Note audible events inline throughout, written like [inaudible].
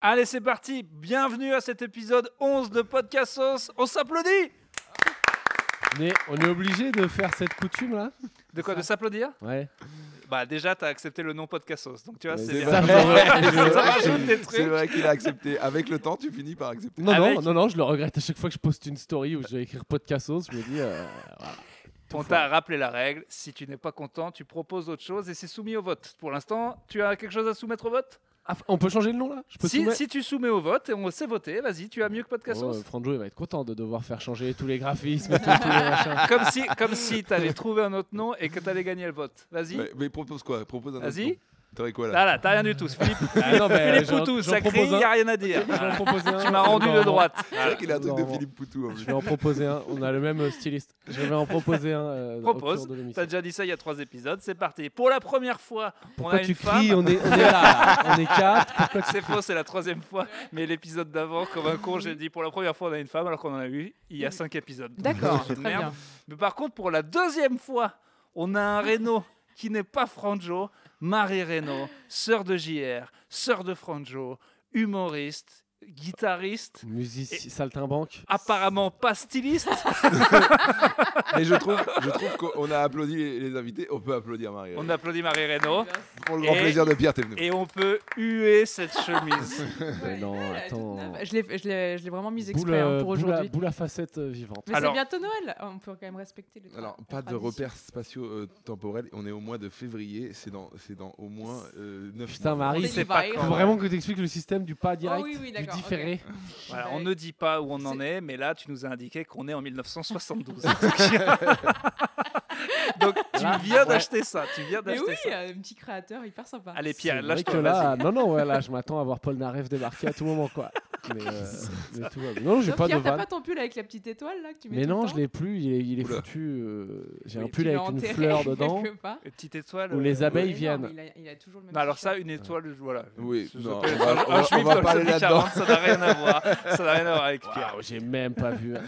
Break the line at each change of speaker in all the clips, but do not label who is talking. Allez, c'est parti. Bienvenue à cet épisode 11 de Podcast Sauce. On s'applaudit
On est, on est obligé de faire cette coutume là
De quoi De s'applaudir
Ouais.
Bah, déjà, t'as accepté le nom Podcast Sauce. Donc, tu vois,
Mais
[laughs] c'est
c'est
bien.
pas
Ça rajoute des
C'est
trucs.
vrai qu'il a accepté. Avec le temps, tu finis par accepter.
Non,
Avec-
non, non, non, je le regrette à chaque fois que je poste une story où je vais écrire podcastos, je me dis. euh, voilà.
On t'a rappelé la règle. Si tu n'es pas content, tu proposes autre chose et c'est soumis au vote. Pour l'instant, tu as quelque chose à soumettre au vote
Ah, on peut changer le nom là Je peux
si,
soumettre
si tu soumets au vote et on sait voter, vas-y, tu as mieux que Podcast
Oh,
Sauce.
euh, Franjo, il va être content de devoir faire changer tous les graphismes, et tout,
[laughs]
tous les machins.
Comme si, comme si t'avais trouvé un autre nom et que t'allais gagner le vote. Vas-y,
Mais, mais propose quoi Propose un autre
vas-y.
nom. T'aurais quoi là
Là, là, t'as rien du tout. Philippe,
Ah, non, mais
Philippe
j'en-
Poutou,
j'en
ça crie,
propose
il n'y
un. Ah.
a rien à dire.
Je vais en proposer un.
Tu m'as rendu de
Non,
droite.
C'est
Ah,
vrai qu'il a un truc
Non,
de
non.
Philippe Poutou. en
Je
plus.
vais en proposer un. On a le même euh, styliste. Je vais en proposer un. euh, au
Propose.
cours de l'émission.
T'as déjà dit ça il y a trois épisodes, c'est parti. Pour la première fois, on
Pourquoi
a
tu
une
cries
femme.
on est, on est là. on est quatre. Pourquoi tu-
[laughs] C'est faux, c'est la troisième fois. Mais l'épisode d'avant, comme un con, j'ai dit pour la première fois on a une femme alors qu'on en a eu il y a cinq épisodes. Donc,
D'accord,
c'est
très
une merde.
bien.
Mais par contre, pour la deuxième fois, on a un Renault qui n'est pas Franjo, Marie Renault, sœur de JR, sœur de Franjo, humoriste, guitariste,
Musicien, saltimbanque.
apparemment pas styliste.
Mais je trouve, je trouve qu'on a applaudi les, les invités. On peut applaudir Marie.
On applaudit Marie Renault
Pour le grand
Et-
plaisir de Pierre Thévenot.
et on peut huer cette chemise.
Mais Euh, non, attends.
Bah, Je l'ai, je l'ai- je l'ai vraiment mise
Boule,
exprès hein,
euh,
pour
boule à-
aujourd'hui.
boule à facette euh, vivante.
Mais
Alors-
c'est bientôt Noël. On peut quand même respecter le.
Alors, pas de repères spatio-temporels. On est au mois de février. C'est dans, c'est dans au moins euh, 9
Putain, Marie,
sait
il
c'est
pas quand.
faut vraiment que tu expliques le système du pas direct,
Ah oui, oui,
du
d'accord,
différé.
Voilà, on ne dit pas où on en est, mais là, tu nous as indiqué qu'on est en
[laughs]
1972. Donc, tu
Là,
viens
ouais.
d'acheter ça. Tu viens
Mais oui, euh,
d'acheter ça.
un petit créateur hyper sympa.
Allez,
C'est
Pierre,
vrai
lâche-toi.
que
vas-y.
là, non, non, ouais, là, je m'attends à voir Paul Naref débarquer à tout moment,
[laughs]
quoi. Mais, euh, mais tout va bien. Non, j'ai
Donc,
pas de
Pierre, t'as
vanne.
pas ton pull avec la petite étoile là que tu mets
Mais
tout
non,
le
je
temps
l'ai plus. Il est, il est
Oula.
foutu. euh, j'ai
Oui,
un
tu
pull
Tu l'as
avec une
enterré
fleur dedans.
[laughs] quelque part.
Une petite étoile.
Où
euh,
les abeilles
Mais non,
viennent.
mais Il a, il a toujours le même.
Non, Bah, alors ça,
t-shirt.
une étoile, je- voilà.
Oui,
Ça
non,
s'appelle
on va-
un-
on
un
va-
schmitt
on
dans
va
le hein.
parler
Sonic
là-dedans.
40, Ça n'a rien à
[laughs]
voir. Ça n'a rien à voir avec Pierre.
Waouh, j'ai même pas vu. hein.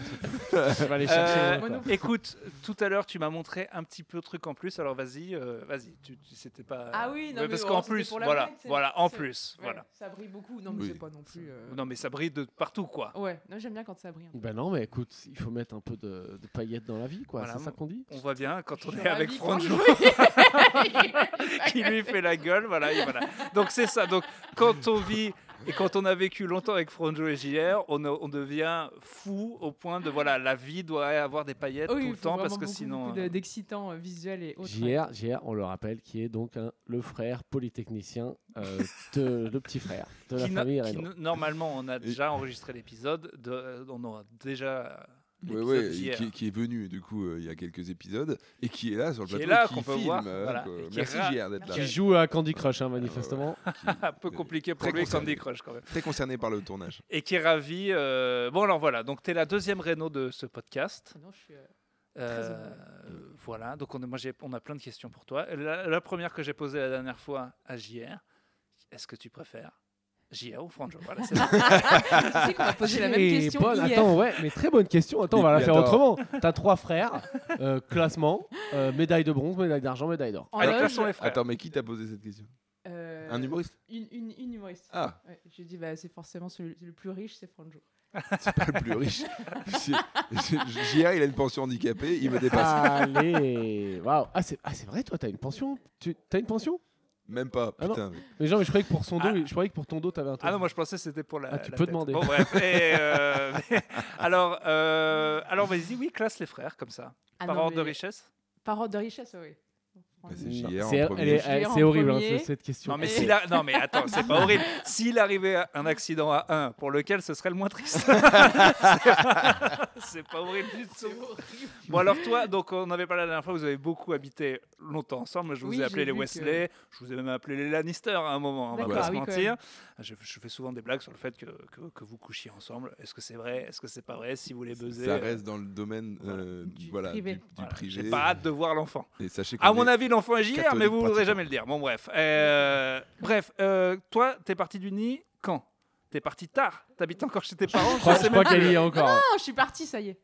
Je vais aller chercher.
Euh,
moi, quoi.
Écoute, tout à l'heure, tu m'as montré un petit peu de truc en plus. Alors vas-y, euh, vas-y. Tu, tu- c'était pas.
Ah oui, non,
Ouais,
mais
parce
bon,
qu'en
c'était
plus,
pour la
voilà,
blague, c'est-
voilà, en
c'est-
plus,
Ouais,
voilà.
Ça brille beaucoup. Non, mais
Oui.
c'est pas non plus. euh,
Non, mais ça brille de partout, quoi.
Ouais, non, j'aime bien quand ça brille. un peu.
Ben non, mais écoute, il faut mettre un peu de, de paillettes dans la vie, quoi.
Voilà,
c'est ça
moi-
qu'on dit.
On voit bien quand on
Je
est
suis
avec
ravie,
Franjo. [laughs]
[laughs]
qui lui fait la gueule, voilà, et voilà. Donc c'est ça. Donc quand on vit et quand on a vécu longtemps avec Franjo et JR, on, on devient fou au point de voilà, la vie doit avoir des paillettes
Oui,
tout
il
le
faut
temps
vraiment
parce que
beaucoup,
sinon.
beaucoup de- d'excitants euh, visuels et autres.
JR, JR, on le rappelle, qui est donc un- le frère polytechnicien euh,
[laughs]
de le petit frère de la
Qui no-
famille
qui
Reynaud.
no- normalement, on a déjà enregistré l'épisode. de- euh, On aura déjà.
Oui,
l'épisode
ouais,
d'hier.
qui, qui est venu du coup euh, il y a quelques épisodes et qui est là sur le
Qui est
plateau,
là,
et qui
qu'on peut
filme,
voir,
euh,
voilà,
quoi.
et qui
Merci
est ra-
JR d'être là.
Qui joue à Candy Crush, hein, manifestement.
Ah
Un peu
Qui-
compliqué pour
Très
lui,
concerné.
Candy Crush quand même.
Très concerné par le tournage.
Et qui est ravi. euh, Bon, alors voilà. Donc, t'es la deuxième Renault de ce podcast.
Ah non, je suis, euh,
Euh,
honorée.
voilà, donc on, a- moi j'ai- on a plein de questions pour toi. La, la première que j'ai posée la dernière fois à JR, est-ce que tu préfères JR ou Franjo Voilà,
[laughs]
c'est ça.
Tu sais qu'on m'a posé la même
Très
question
bonne-
hier.
Attends, ouais, mais très bonne question. Attends, on va la
Mais
faire
attends.
autrement. T'as trois frères, euh, classement, euh, médaille de bronze, médaille d'argent, médaille d'or.
En
Allez,
loge,
classons les frères.
Attends, mais qui t'a posé cette question
euh,
Un humoriste
une, une- une humoriste.
Ah,
Ouais, J'ai dit, bah, c'est forcément celui le plus riche, c'est Franjo.
c'est pas le plus riche. [laughs] C'est- c'est- JR, il a une pension handicapée, il me dépasse.
Ah. Allez, waouh. Ah, c'est ah, c'est vrai, toi, t'as une pension Tu T'as une pension
Même pas,
Ah non.
putain.
Mais genre, mais je croyais que pour son dos,
Ah.
je croyais que pour ton dos, t'avais un truc.
Ah non, moi je pensais que c'était pour la.
Ah, tu
la
peux
tête.
demander.
Bon, bref. Et, euh, [laughs] alors, euh, alors vas-y, oui, classe les frères comme ça.
Ah
Par
non,
ordre de
mais-
richesse
Par ordre de richesse, oui.
Bah,
Non,
c'est JR en
c'est- elle
premier.
est- elle-
JR en
c'est horrible, hein,
premier.
ce- cette question.
Non, mais,
Et-
s'il a- non, mais attends, c'est
[laughs]
pas horrible. S'il arrivait à un accident à un pour lequel ce serait le moins
[laughs]
triste. c'est pas- c'est pas horrible du
[laughs]
tout. Bon alors toi, donc on avait parlé la dernière fois, vous avez beaucoup habité longtemps ensemble. Je vous
Oui,
ai
j'ai
appelé les
vu que-
Wesley, je vous ai même appelé les Lannister hein, à un moment, on va
D'accord,
pas
ah
se
oui, quand
mentir.
même.
Je, je fais souvent des blagues sur le fait que, que, que vous couchiez ensemble. Est-ce que c'est vrai Est-ce que c'est pas vrai Si vous les buzzer,
Ça reste dans le domaine euh,
Du
voilà,
privé.
du, du
voilà.
privé.
J'ai pas hâte de voir l'enfant.
Et sachez
À
qu'on
mon
est-
avis, l'enfant est JR, mais
catholique
vous voudrez
pratiquant.
jamais le dire. Bon, bref. Euh, bref, euh, toi, t'es parti du nid quand T'es parti tard T'habites encore chez tes parents
Je crois, je
sais
crois
même
qu'elle
plus.
y est encore.
Non, je suis partie, ça y est.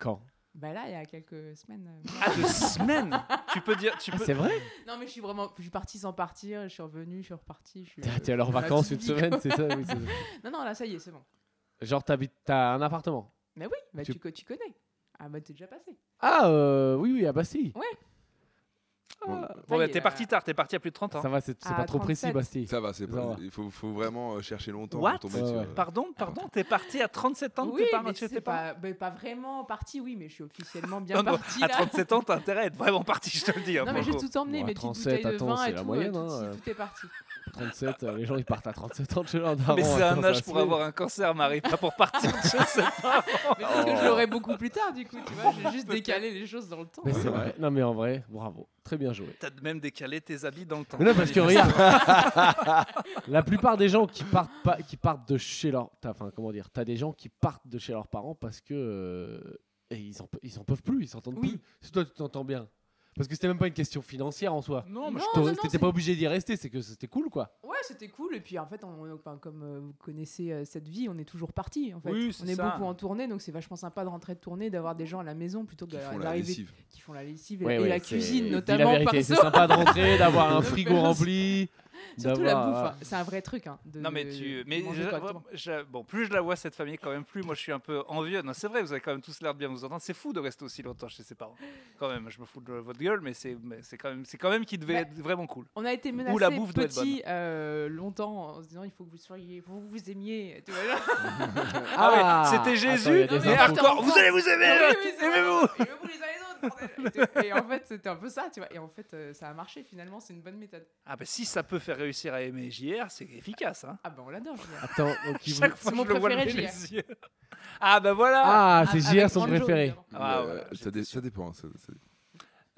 Quand
Bah là, il y a quelques semaines.
[laughs]
euh,
Ah, deux semaines Tu peux dire. Tu
Ah,
peux...
c'est vrai
Non, mais je suis vraiment. Je suis partie sans partir, je suis revenue, je suis repartie. Je suis...
T'es alors en vacances une semaine, c'est ça, oui, c'est
[laughs]
ça.
Non, non, là, ça y est, c'est bon.
Genre, t'habites, t'as un appartement.
Mais oui, bah,
Tu-
tu... co- tu connais. Ah, bah, t'es déjà passé.
Ah, euh, oui, oui, à Bastille.
Ouais.
Ah,
Bon,
Ça
bah,
y est,
t'es
euh,
parti tard, t'es parti à plus de 30 ans.
ça va, c'est c'est
À
pas trop
37.
précis, Bastille.
Ça va, c'est
Ça
pas.
va.
Il faut, faut vraiment euh, chercher longtemps
What
pour tomber
Ouais,
sur.
ouais.
euh,
Pardon, pardon, t'es parti à 37 ans,
oui,
t'es pas
mais
tu
c'est
étais pas.
pas, bah, pas vraiment partie, oui, mais je
[laughs]
suis officiellement bien
Non, non,
partie.
À
là.
37 ans, t'as intérêt à être vraiment parti, je te le dis. hein, pour
Non, mais
le
j'ai
coup.
tout emmené,
Bon, à
mes petites
37,
bouteilles de
attends,
vin
c'est
et
la
tout.
moyenne,
tout,
hein,
tout est parti.
37, euh, les gens, ils partent à 37 ans de chez leur daron,
Mais c'est
attends,
un
ça
âge
se
pour
fait.
avoir un cancer, Marie, pas pour partir de chez soi.
Mais parce que je l'aurai beaucoup plus tard, du coup, tu vois. J'ai juste décalé les choses dans le temps.
Mais c'est vrai. Non, mais en vrai, bravo. Très bien joué.
T'as même décalé tes habits dans le temps.
Mais non, parce que regarde, la plupart des gens qui partent pas, qui partent de chez leur, t'as- enfin comment dire, t'as des gens qui partent de chez leurs parents parce que euh, et ils en, pe- ils en peuvent plus, ils s'entendent
Oui.
plus. Si toi tu t'entends bien, parce que c'était même pas une question financière en soi.
Non, mais
Non,
T'aurais-
non, non,
T'étais
c'est-
pas obligé d'y rester, c'est que c'était cool quoi.
Ouais, c'était cool. Et puis en fait, on, on- enfin, comme euh, vous connaissez euh, cette vie, on est toujours parti. En fait.
Oui, c'est
on est
ça.
beaucoup en tournée, donc c'est vachement sympa de rentrer de tournée, d'avoir des gens à la maison plutôt que
qui font
d'a-
la
d'arriver
lessive.
qui font la lessive et,
Ouais,
et
ouais,
la
c'est-
cuisine
dis
notamment.
la vérité, c'est
[laughs] perso.
sympa de rentrer, d'avoir un
Je
frigo
[laughs] pense.
rempli,
Surtout la bouffe,
d'avoir- euh,
hein. c'est un vrai truc. Hein, de,
Non mais tu,
de
mais
manger
je-
correctement.
je- bon, plus je la vois cette famille, quand même, plus moi je suis un peu envieux. Non, c'est vrai, vous avez quand même tous l'air de bien vous entendre. C'est fou de rester aussi longtemps chez ses parents. Quand même, je me fous de votre gueule, mais c'est, mais c'est quand même, c'est quand même qui devait
Bah,
être vraiment cool.
On a été menacés
Ou la bouffe doit être
petits euh, longtemps en se disant il faut que vous soyez, vous vous aimiez. Tu vois, genre.
Ah, ouais, c'était
Attends,
Jésus.
il y a des
Non,
mais
mais
infos.
attends,
encore, vous allez vous
Ah
aimer,
oui, oui, c'est vrai.
aimez-vous.
Aimez-vous les uns les autres. bordel. Et en fait, c'était un peu ça, tu vois. Et en fait, euh, ça a marché finalement, c'est une bonne méthode.
Ah bah si ça peut faire réussir à aimer JR, c'est efficace. Hein.
Ah ben on l'adore, je veux dire.
Attends, donc ils
Chaque
vous-
fois
C'est
je
mon
le vois
préféré,
lever
JR.
les yeux. [laughs] Ah bah voilà.
ah, c'est
Avec
JR son
Banjo,
préféré.
évidemment.
Ah,
Euh,
voilà,
ça, dé- ça dépend. ça- ça-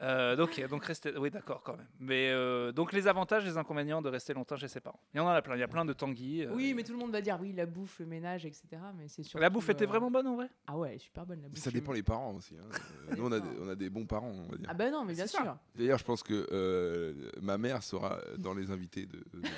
Euh, donc, donc rester, oui, d'accord, quand même. Mais euh, donc les avantages, les inconvénients de rester longtemps chez ses parents. Il y en a plein. Il y a plein de Tanguy. euh,
Oui, mais tout le monde va dire oui, la bouffe, le ménage, etc. Mais c'est sûr.
La bouffe était vraiment bonne en vrai.
Ah ouais, elle est super bonne la bouffe.
Ça dépend les parents aussi. hein. Euh, Nous, on a,
dépend.
des, on a des bons parents, on va dire.
Ah bah non, mais bien
C'est
sûr.
D'ailleurs, je pense que euh, ma mère sera euh, dans les invités de, de podcast.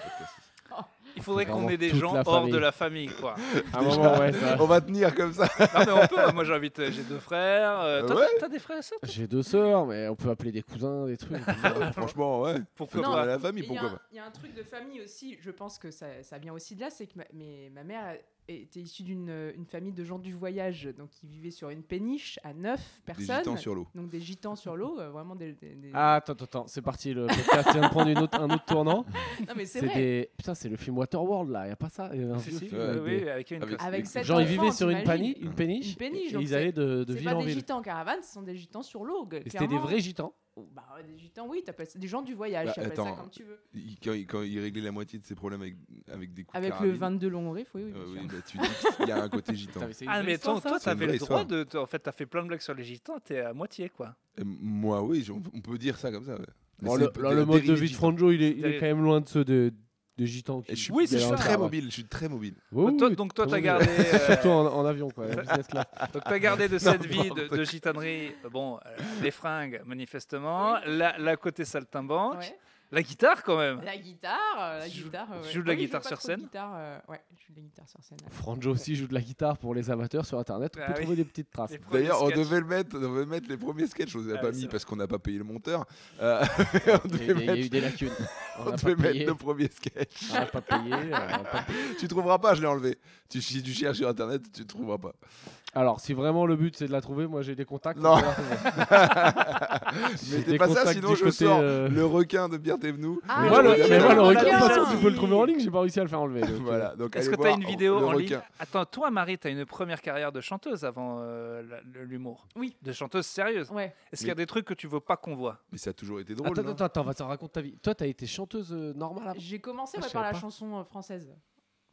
Il faudrait
Vraiment
qu'on ait des
toute
gens
la
hors
famille.
de la famille,
[laughs]
quoi.
À un moment, ouais, ça.
on va tenir comme ça.
non, mais on peut. Moi, j'invite. euh, J'ai deux frères. euh, toi,
Ouais.
t'as- t'as des frères et sœurs
[laughs] J'ai deux sœurs, mais on peut appeler des cousins, des trucs.
[laughs] Franchement, ouais.
Pourquoi
Faut
Non,
demander à
pas
la famille,
Il y, a
pourquoi
un-
pas
il y a un truc de famille aussi, je pense que ça, ça vient aussi de là, c'est que ma, mais ma mère était issue d'une euh, une famille de gens du voyage, donc ils vivaient sur une péniche à 9
Des
personnes.
gitans sur l'eau.
Donc des gitans sur l'eau, euh, vraiment des... des- des-
Ah, attends, attends, attends, c'est parti, le podcast vient de prendre une autre, un autre tournant.
non mais c'est
C'est
vrai.
des... Putain, c'est le film Waterworld, là, y a pas ça Il y avait un
Si,
vieux
si,
film
euh,
Ah, avec des-
Oui, avec une.
Avec-
Avec sept
Genre, ils
enfants,
vivaient sur une,
t'imagines
pani- une péniche,
Une péniche,
et
donc
ils
c'est-
allaient de, de
C'est
ville
pas
en
des
ville.
gitans en caravane, ce sont des gitans sur l'eau. gue-
Et c'était des
clairement.
vrais gitans.
Oh, bah, ouais, des gitans, oui, t'appelles ça- des gens du voyage,
Bah,
t'appelles ça
attends.
comme tu veux.
Il- quand, il, quand il réglait la moitié de ses problèmes avec, avec des coups de
Avec
carabine,
le 22 long riff, oui, oui. bien
euh,
sûr.
oui, bah, tu dis qu'il y a un
[laughs]
côté gitan.
Putain, mais c'est une
Ah,
vraie
mais
histoire,
attends, toi,
ça.
c'est une
t'avais
vraie
le droit
histoire.
de. t- En fait, t'as fait plein de blagues sur les gitans. T'es à moitié, quoi.
Euh, Moi, oui, j'en- on peut dire ça comme ça. ouais.
Bon,
Mais
le,
c'est
là,
des-
le mode de
dérivé
vie de
gitan.
Franjo, il est, il est
Dérivé.
quand même loin de ceux de, des gitans. Qui...
Et je suis,
Oui,
je
c'est
suis
ça.
très mobile, je suis très mobile.
Oui,
Toi-
Oh, oui,
donc, toi,
tout
t'as
le monde
gardé.
est- [laughs]
euh,
Surtout en, en avion,
[laughs]
quoi. en business class.
Donc
Ah,
t'as gardé de cette vie de,
N'importe
de gitanerie, euh, bon, euh, les fringues manifestement, la, la côté saltimbanque,
Ouais.
la guitare quand même.
La guitare, euh, la
Tu joues-
guitare. euh,
tu
ouais.
joues de la
Ah oui, je
guitare
joue pas
sur
trop de
scène
guitare, euh, Ouais, je joue de la guitare sur scène.
Franjo aussi joue de la guitare pour les amateurs sur internet. On
Bah
Ah
peut
oui.
trouver des petites traces.
Les premiers
D'ailleurs, on
sketchs.
devait le mettre, on devait mettre les premiers sketchs, on les a
Ah
pas
oui, c'est
mis
vrai.
parce qu'on n'a pas payé le monteur. Euh, [laughs] on
Il y a eu des-
devait
il y a
mettre,
eu des lacunes.
[laughs]
On
on
n'a
devait
pas
mettre
payé.
le premier sketch.
On n'a pas payé. euh, on n'a pas
Tu trouveras pas, je l'ai enlevé. Tu, si tu cherches sur internet, tu trouveras pas.
Alors, si vraiment le but c'est de la trouver, moi j'ai des contacts.
Non.
on peut la trouver.
[laughs]
[laughs] J'ai
Mais
des
pas ça,
contacts
sinon
du
je
côté,
sors
euh,
le requin de Pierre Thévenoud.
Ah,
Mais
oui,
moi, le,
oui,
mais
oui,
moi, le
oui,
requin, de
oui.
toute façon, tu peux le trouver en ligne, j'ai pas réussi à le faire enlever.
[laughs]
donc, euh,
Voilà, donc
Est-ce
allez
que t'as
voir
une vidéo
le
en ligne
requin.
Attends, toi Marie, t'as une première carrière de chanteuse avant euh, la- le- l'humour.
Oui.
De chanteuse sérieuse.
Ouais.
Est-ce qu'il y a des trucs que tu veux pas qu'on voit
Mais ça a toujours été drôle.
Attends,
non
attends, attends, vas-y, raconte ta vie. Toi, t'as été chanteuse euh, normale avant
J'ai commencé
Ah,
ouais,
je
par
savais
la
pas.
chanson euh, française.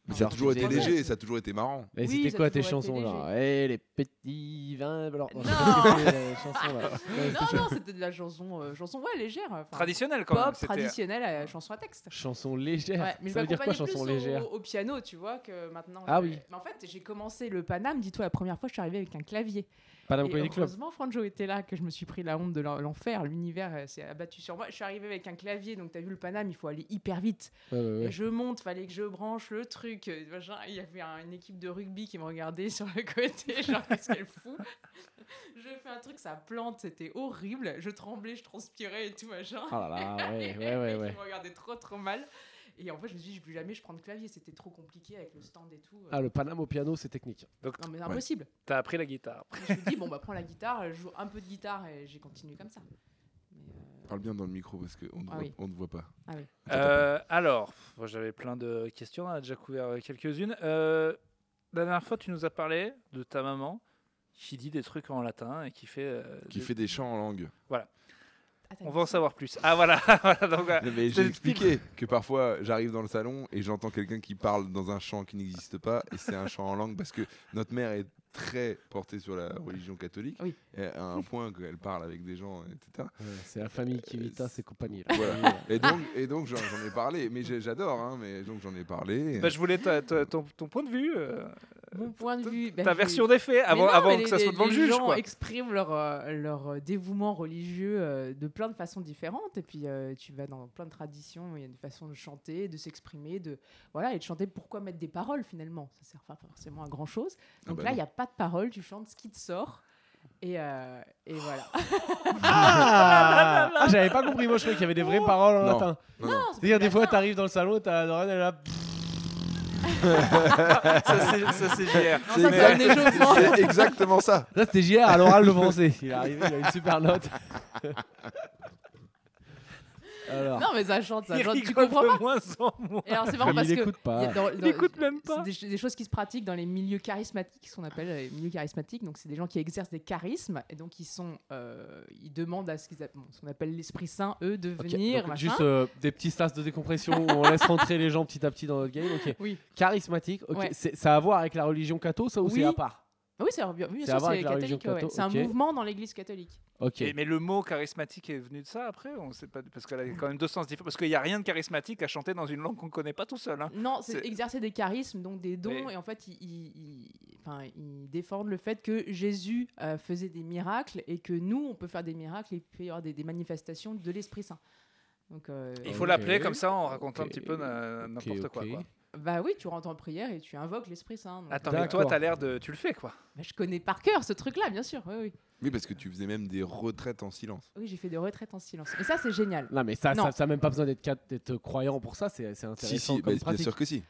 Mais ça a
Genre,
toujours
tu
été
faisais-
léger, ça a toujours été marrant.
Mais
Oui,
c'était
ça
quoi
a
tes
toujours été
chansons là Eh, les petits vins blancs. [laughs]
Non.
c'était, euh, les chansons,
[laughs]
là. Ouais,
Non,
c'était-
non, c'était de la chanson, euh, chanson ouais, légère. enfin,
Traditionnel quand même.
Pop,
c'était-
traditionnelle, euh, chanson à texte.
Chanson légère.
Ouais, mais je
ça veut dire quoi,
m'accompagnais
chanson
plus au-
légère
au, piano, tu vois, que maintenant.
Ah
je-
oui.
Mais en fait, j'ai commencé le Paname, dis-toi, la première fois, je suis arrivée avec un clavier.
Paname
Et
Comedy Club.
heureusement, Franjo était là, que je me suis pris la honte de l'en- l'enfer. L'univers euh, s'est abattu sur moi. Je suis arrivée avec un clavier, donc t'as vu le Paname, il faut aller hyper vite.
Ouais, ouais, ouais.
Et Je monte, fallait que je branche le truc. [laughs] euh, machin. Il y avait un- une équipe de rugby qui me regardait sur le côté, genre qu'est-ce qu'elle fout. Je fais un truc, ça plante, c'était horrible. Je tremblais, je transpirais et tout machin.
Oh là là, ouais,
Et
ouais, ouais,
ils [laughs]
ouais.
me regardaient trop trop mal. Et en fait, je me suis dit, je- plus jamais je prends de clavier, c'était trop compliqué avec le stand et tout. euh.
Ah, le Paname au piano, c'est technique.
Non, mais impossible.
euh, T'as appris la guitare.
Et je me dis, bon, bah prends la guitare, je joue un peu de guitare et j'ai continué comme ça. Mais, euh,
Parle bien dans le micro parce qu'on ne
Ah oui.
on te voit pas.
Ah oui.
Attends, attends.
Euh, alors, pff, moi, j'avais plein de questions, on a déjà couvert euh, quelques-unes. Euh, la dernière fois, tu nous as parlé de ta maman qui dit des trucs en latin et qui fait. euh,
Qui
des-
fait des chants en langue.
ah, t'as
On
dit
va en
ça.
savoir plus. Ah voilà, [laughs] voilà, donc, voilà.
Mais
je
j'ai
t'explique.
expliqué que parfois j'arrive dans le salon et j'entends quelqu'un qui parle dans un chant qui n'existe pas et c'est un chant en langue parce que notre mère est très portée sur la religion catholique
Oui.
et à un point qu'elle parle avec des gens, etc.
Ouais, c'est la famille Kivitas et compagnie. là.
[laughs]
Voilà. Et donc,
Ah.
et donc j'en j'en ai parlé, mais j'ai- j'adore, hein, mais donc j'en ai parlé. Ah
Bah, je voulais ta- ta- ton, ton point de vue, euh,
Mon point de
ta-
vue. bah,
ta
je-
version des faits, avant,
Mais non,
avant
mais
que
les-
ça soit
les-
devant le
les
juge.
gens
quoi.
expriment leur, euh, leur euh, dévouement religieux euh, de plein de façons différentes. Et puis, euh, tu vas dans plein de traditions. Il y a des façons de chanter, de s'exprimer, de voilà, et de chanter. Pourquoi mettre des paroles finalement Ça sert pas forcément à grand chose.
Ah
Donc
bah
là, il
non.
n'y a pas de paroles. Tu chantes ce qui te sort. Et, euh, et voilà.
Ah, Ah, J'avais pas compris, moi je croyais qu'il y avait des
Oh.
vraies paroles en
Non.
latin.
Non, non.
c'est
C'est-à-dire,
pas
des fois,
latin.
t'arrives dans le salon et t'as Dorian, elle est là.
Ça, c'est- ça,
[laughs]
c'est JR.
Non,
C'est
ça, c'est un
exact-
échauffement.
C'est exactement ça.
Là, c'était JR à l'oral de français. Il est arrivé, il a une super
[laughs]
note. Alors,
Non, mais ça chante, ça
Il
chante. Tu
rigole
comprends
de
pas
moins en moins.
Et alors, c'est marrant
comme
parce
il
que.
écoute
Il y
pas.
a dans- dans-
N'écoute même pas.
C'est des, ch- des choses qui se pratiquent dans les milieux charismatiques, ce qu'on appelle euh, les milieux charismatiques. Donc, c'est des gens qui exercent des charismes et donc ils sont, euh, ils demandent à ce qu'ils a- bon, ce qu'on appelle l'esprit saint, eux, de
Ok,
venir.
donc
machin.
juste euh, des petits sas de décompression où on laisse rentrer les gens petit à petit dans notre game. Ok.
Oui.
Charismatique. Ok.
Ouais.
C'est- Ça a à voir avec la religion catho, ça ou
Oui.
c'est à part
Ah oui, c'est oui, bien
euh, C'est à
sûr,
voir
c'est
avec la religion
catholique. ouais.
catho,
C'est
ok.
un mouvement dans l'Église catholique.
Ok.
Et- mais le mot charismatique est venu de ça après on sait pas, Parce qu'elle a quand même deux sens différents. Parce qu'il n'y a rien de charismatique à chanter dans une langue qu'on ne connaît pas tout seul. hein.
Non, c'est
C'est-
exercer des charismes, donc des dons,
Oui.
et en fait, ils, ils- ils- enfin, ils défendent le fait que Jésus euh, faisait des miracles et que nous, on peut faire des miracles et puis il y aura des, des manifestations de l'Esprit Saint. Donc, euh,
Il faut
Ok.
l'appeler comme ça en racontant
Ok.
un petit peu na-
Ok,
n'importe quoi,
ok.
quoi.
Bah oui, tu rentres en prière et tu invoques l'Esprit Saint. donc,
Attends, mais toi,
D'accord.
t'as l'air de. Tu le fais, quoi.
bah, je connais par cœur ce truc-là, bien sûr. Oui, oui.
Oui, parce que tu faisais même des retraites en silence.
Oui, j'ai fait des retraites en silence. Et ça, c'est génial.
Non, mais ça,
Non.
ça, ça a même pas besoin d'être, cat- d'être croyant pour ça, c'est, c'est intéressant.
Si, si,
comme
bah, bien
pratique.
sûr que si.
Mais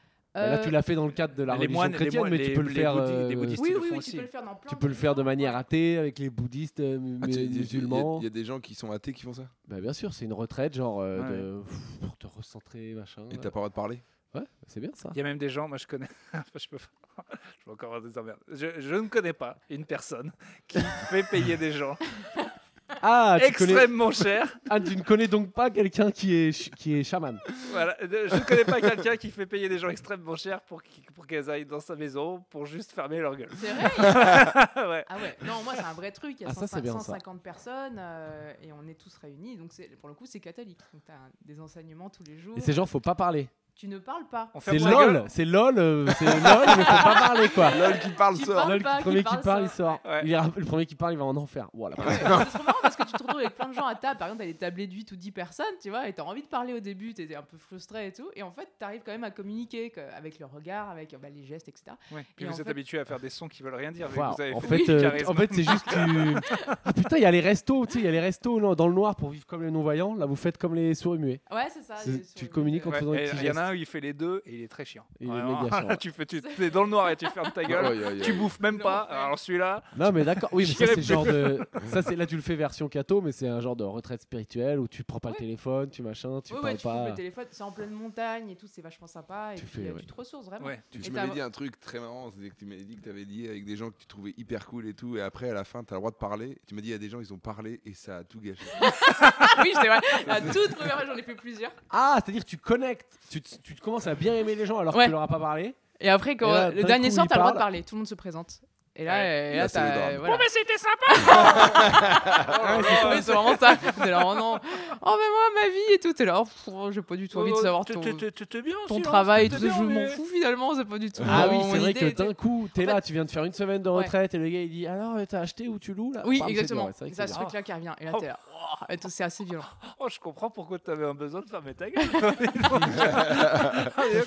Bah Là, tu
Euh,
l'as fait dans le cadre de la
Les
religion
moines- les
chrétienne,
moines-
mais
les-
tu peux le
les
faire.
bouddhi- les
euh,
bouddhistes.
Oui,
le
oui,
font
oui,
aussi.
tu peux le faire dans plein
Tu peux le faire de manière athée avec les bouddhistes, euh,
Ah, tu-
mais-
il y a-
musulmans.
Il y a des gens qui sont athées qui font ça.
Bah bien sûr, c'est une retraite genre euh,
Ouais,
de- pff, pour te recentrer machin.
Et
là.
t'as pas le droit de parler.
Ouais, c'est bien ça.
Il y a même des gens, moi, je connais. [laughs] Enfin, je peux pas. Je vais encore avoir des emmerdes. Je, je ne connais pas une personne qui fait payer des gens
Ah, tu connais
extrêmement cher.
Ah, tu ne connais donc pas quelqu'un qui est ch- qui est chaman.
Voilà. Euh, Je ne connais pas quelqu'un qui fait payer des gens extrêmement cher pour, qui- pour qu'elles aillent dans sa maison pour juste fermer leur gueule. [laughs]
C'est vrai
ouais.
Ah ouais, non, moi c'est un vrai truc. Il y a
Ah, ça, c'est
150,
bien, ça.
150 personnes euh, et on est tous réunis. Donc c'est- pour le coup, c'est catholique. Donc t'as un- des enseignements tous les jours.
Et ces gens, faut pas parler.
Tu ne parles pas.
On ferme
C'est
sa
lol,
gueule.
c'est lol, euh, c'est lol, mais faut pas parler quoi.
Lol qui parle
Tu
sort.
parles
Lol,
pas,
le premier
qui
qui
parle
parle, il
sort.
sort.
Ouais.
Il ira- le premier qui parle, il va en enfer. Voilà.
Ouais, C'est trop marrant parce que tu te retrouves avec plein de gens à table. Par exemple, t'as des tablées de 8 ou 10 personnes, tu vois, et t'as envie de parler au début, t'es un peu frustré et tout. Et en fait, t'arrives quand même à communiquer que- avec le regard, avec euh, bah, les gestes, etc.
Ouais. Puis
Et
vous
en
êtes
fait-
habitué à faire des sons qui veulent rien dire. vu que
Voilà.
vous avez
en,
fait,
fait,
du
euh,
charisme.
en fait, c'est juste que. Ah putain, il y a les restos, tu sais, il y a les restos non, dans le noir pour vivre comme les non-voyants. Là, vous faites comme les sourds et muets.
Ouais, c'est ça.
C'est-
les- sur
tu
les-
communiques en
Ouais,
faisant des
et
petits
Il y en
gestes.
a un, il fait les deux et il est très chiant.
Il est
Vraiment.
méga chiant, Oh,
[laughs]
ouais.
tu fais, tu es dans le noir et tu fermes
[laughs]
ta gueule.
Aïe, aïe, aïe.
Tu bouffes même
Non,
pas.
ouais.
Alors celui-là,
Non, mais d'accord. Oui, mais ça,
J'irai
c'est le genre de. Ça, c'est là, tu le fais version catho, mais c'est un genre de retraite spirituelle où tu prends pas le
Ouais.
téléphone, tu machin, tu
ouais,
parles
ouais, tu coupes
pas.
le téléphone, c'est en pleine montagne et tout, c'est vachement sympa. Et
Tu
tu,
fais,
euh,
ouais.
tu te ressources vraiment.
ouais.
Tu,
Et
tu
t'as-
m'avais dit un truc très marrant, c'est que tu m'avais dit que tu avais lié avec des gens que tu trouvais hyper cool et tout, et après à la fin, tu as le droit de parler. Tu m'as dit, il y a des gens, ils ont parlé et ça a tout gâché.
[laughs] oui,
[laughs]
c'est vrai. La toute première fois, j'en ai fait plusieurs.
Ah, c'est-à-dire que tu connectes, tu, te- tu te commences à bien aimer les gens alors que
Ouais.
tu leur as pas parlé.
Et après, quand
Et là,
euh,
d'un
le dernier
coup,
soir,
il
t'as le droit de
parle.
parler, tout le monde se présente. Et là,
Ouais.
euh, et
Là,
là,
c'est le
t'as.
drame.
euh, [laughs] voilà.
mais c'était
[laughs]
sympa
Ouais, c'est ça, c'est vraiment ça. T'es là, oh non. Oh, mais moi, ma vie et tout. T'es là, oh, pff, j'ai pas du tout envie
Oh,
oh,
de savoir ton,
T'étais bien
hein,
ton travail et tout. Je m'en fous finalement, c'est pas du tout.
Ah oui,
mon
c'est vrai
idée,
que
tu sais.
d'un coup, t'es
En
là, tu viens de faire une semaine de
Ouais.
retraite et le gars il dit alors t'as acheté ou tu loues là
Oui,
Bam, c'est
exactement.
dur, ouais, c'est vrai que
ça,
c'est
ce
dur.
truc-là qui revient. Et là, t'es là. oh, et tout, c'est assez violent.
Oh, je comprends pourquoi tu avais un besoin de fermer
[laughs]
ta gueule.
Putain,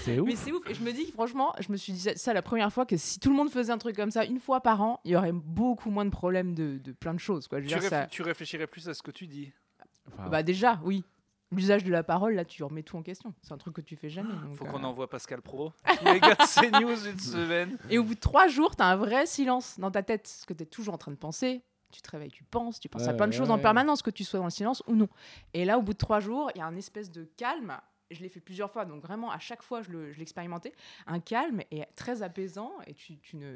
C'est ouf.
Mais c'est ouf. Et je me dis, que, franchement, je me suis dit ça, ça la première fois que si tout le monde faisait un truc comme ça une fois fois par an, il y aurait beaucoup moins de problèmes de, de plein de choses. Quoi. Je veux
Tu,
dire, ça-
réfl- tu réfléchirais plus à ce que tu dis. Ah.
Enfin,
Bah déjà, oui. L'usage de la parole, là, tu remets tout en question. C'est un truc que tu fais jamais. donc,
Faut
euh,
qu'on envoie Pascal
[laughs]
Pro. Tous les gars de CNews une semaine.
Et au bout de trois jours, t'as un vrai silence dans ta tête, parce que t'es toujours en train de penser. Tu te réveilles, tu penses, tu penses à
Ouais,
plein de
ouais,
choses en
ouais.
permanence, que tu sois dans le silence ou non. Et là, au bout de trois jours, il y a un espèce de calme. Je l'ai fait plusieurs fois, donc vraiment à chaque fois, je le- je l'expérimentais. un calme et très apaisant, et tu, tu ne,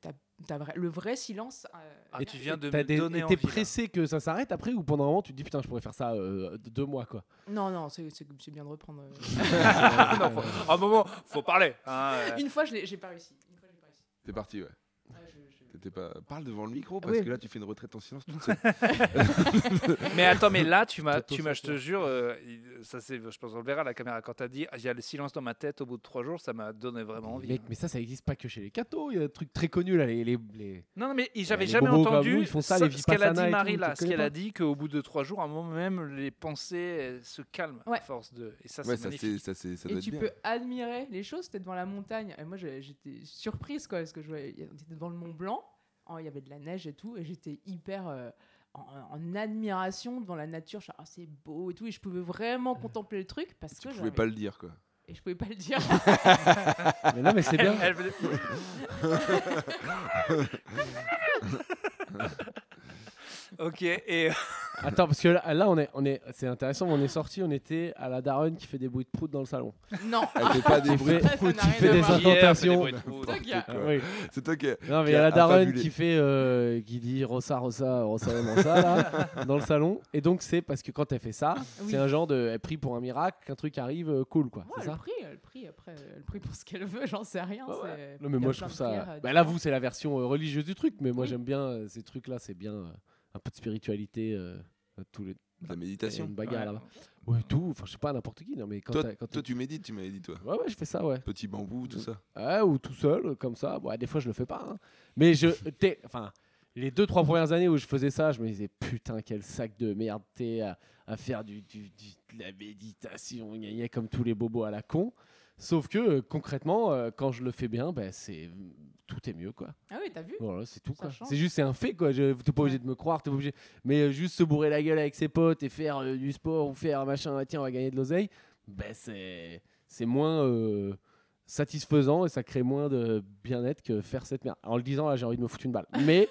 t'as- t'as vra- le vrai silence. euh,
Ah, tu viens de
t'as
me
des-
donner
T'es
envie. là.
pressé que ça s'arrête après ou pendant un moment tu te dis putain je pourrais faire ça euh, deux mois
[laughs]
quoi.
Non, non, c'est c'est- c'est bien de reprendre. euh.
Non,
Euh.
faut- à un moment, faut parler. hein, euh.
[laughs] Une fois, je l'ai- j'ai pas réussi. Une fois, j'ai pas réussi.
T'es parti, ouais.
Ouais, je- je-
T'étais pas... Parle devant le micro parce
Oui.
que là, tu fais une retraite en silence toute seule.
Mais attends, mais là, tu m'as,
Toto
tu m'as, je
Sato.
te jure, euh, il- ça c'est, je pense, on le verra à la caméra quand t'as dit, il y a le silence dans ma tête au bout de trois jours, ça m'a donné vraiment envie.
Mec, mais ça ça existe pas que chez les cathos, il y a des trucs très connus là les, les, les-
Non, non, mais il- j'avais
les
jamais
bobos
entendu
comme vous, ils font ça,
ce-
les
ce qu'elle a
Vipassana
dit, Marie,
et tout, tu
là,
le
ce
connais
qu'elle a
pas
dit, qu'au bout de trois jours, à un moment même, les pensées elles se calment
Ouais.
à force de. Et ça, c'est
ouais, ça,
magnifique.
c'est- ça, c'est- ça doit
Et
être
tu
bien.
peux admirer les choses, t'es devant la montagne. Et moi, j'ai- j'étais surprise, quoi, parce que je voyais- on était devant le Mont Blanc, Oh, il y avait de la neige et tout, et j'étais hyper euh, en, en admiration devant la nature. Je suis, Ah, c'est beau et tout, et je pouvais vraiment
Euh,
contempler le truc parce
Tu
que
pouvais
j'avais-
pas le dire, quoi.
et je pouvais pas le
[laughs]
dire. [laughs]
Mais non mais c'est bien.
Elle faisait- [laughs] ok, et euh,
Ah, Attends parce que là, là, on est on est c'est intéressant, on est sorti, on était à la daronne qui fait des bruits de prout dans le salon.
non,
Elle
[laughs]
fait pas des
Qui
bruits.
fait-
de
Ça, ça
foot,
n'a
qui
rien
fait
à
des
voir.
Pierre
inten-
fait des
incantations. Bah,
bruits de fou.
toi qui as-
quoi.
Oui.
C'est toi qui.
Non, mais
qui
il y a
a
la daronne
affabulé.
qui fait, euh, qui dit Rosa, Rosa, Rosa, Rosa, là,
[laughs]
dans le salon. Et donc, c'est parce que quand elle fait ça,
Oui.
c'est un genre de. Elle prie pour un miracle, qu'un truc arrive euh, cool, quoi.
Moi,
c'est
elle
ça
prie, elle prie après, elle prie pour ce qu'elle veut, j'en sais rien.
Ouais, ouais.
c'est-
Non, mais
il y a
moi, je
plein
trouve
de prières,
ça.
euh,
Bah, là, vous,
différentes.
c'est la version euh, religieuse du truc, mais moi,
Oui.
j'aime bien euh, ces trucs-là, c'est bien euh, un peu de spiritualité. euh, euh, tous les...
La
et
méditation.
Une bagarre
Ouais.
là-bas. Ouais, tout. Enfin, je sais pas, n'importe qui. Non, mais quand,
Toi,
t'as- quand
toi, tu médites, tu m'avais dit, toi.
Ouais, ouais, je fais ça, ouais.
Petit bambou, tout ça.
Ouais, ou tout seul, comme ça. Bon, des fois, je le fais pas. hein. Mais je. t'es- Enfin, les deux, trois premières années où je faisais ça, je me disais putain, quel sac de merde t'es à, à faire du, du- du- de la méditation, gna gna, comme tous les bobos à la con. Sauf que euh, concrètement, euh, quand je le fais bien, ben c'est tout est mieux quoi.
Ah oui, t'as vu
Voilà, Oh c'est tout
Ça
quoi.
change.
C'est juste, c'est un fait quoi. Je- T'es pas obligé
Ouais.
de me croire, t'es pas obligé. Mais euh, juste se bourrer la gueule avec ses potes et faire euh, du sport ou faire machin, ah, tiens, on va gagner de l'oseille, ben c'est c'est moins euh, satisfaisant et ça crée moins de bien-être que faire cette merde. En le disant là, j'ai envie de me foutre une balle.
[laughs]
Mais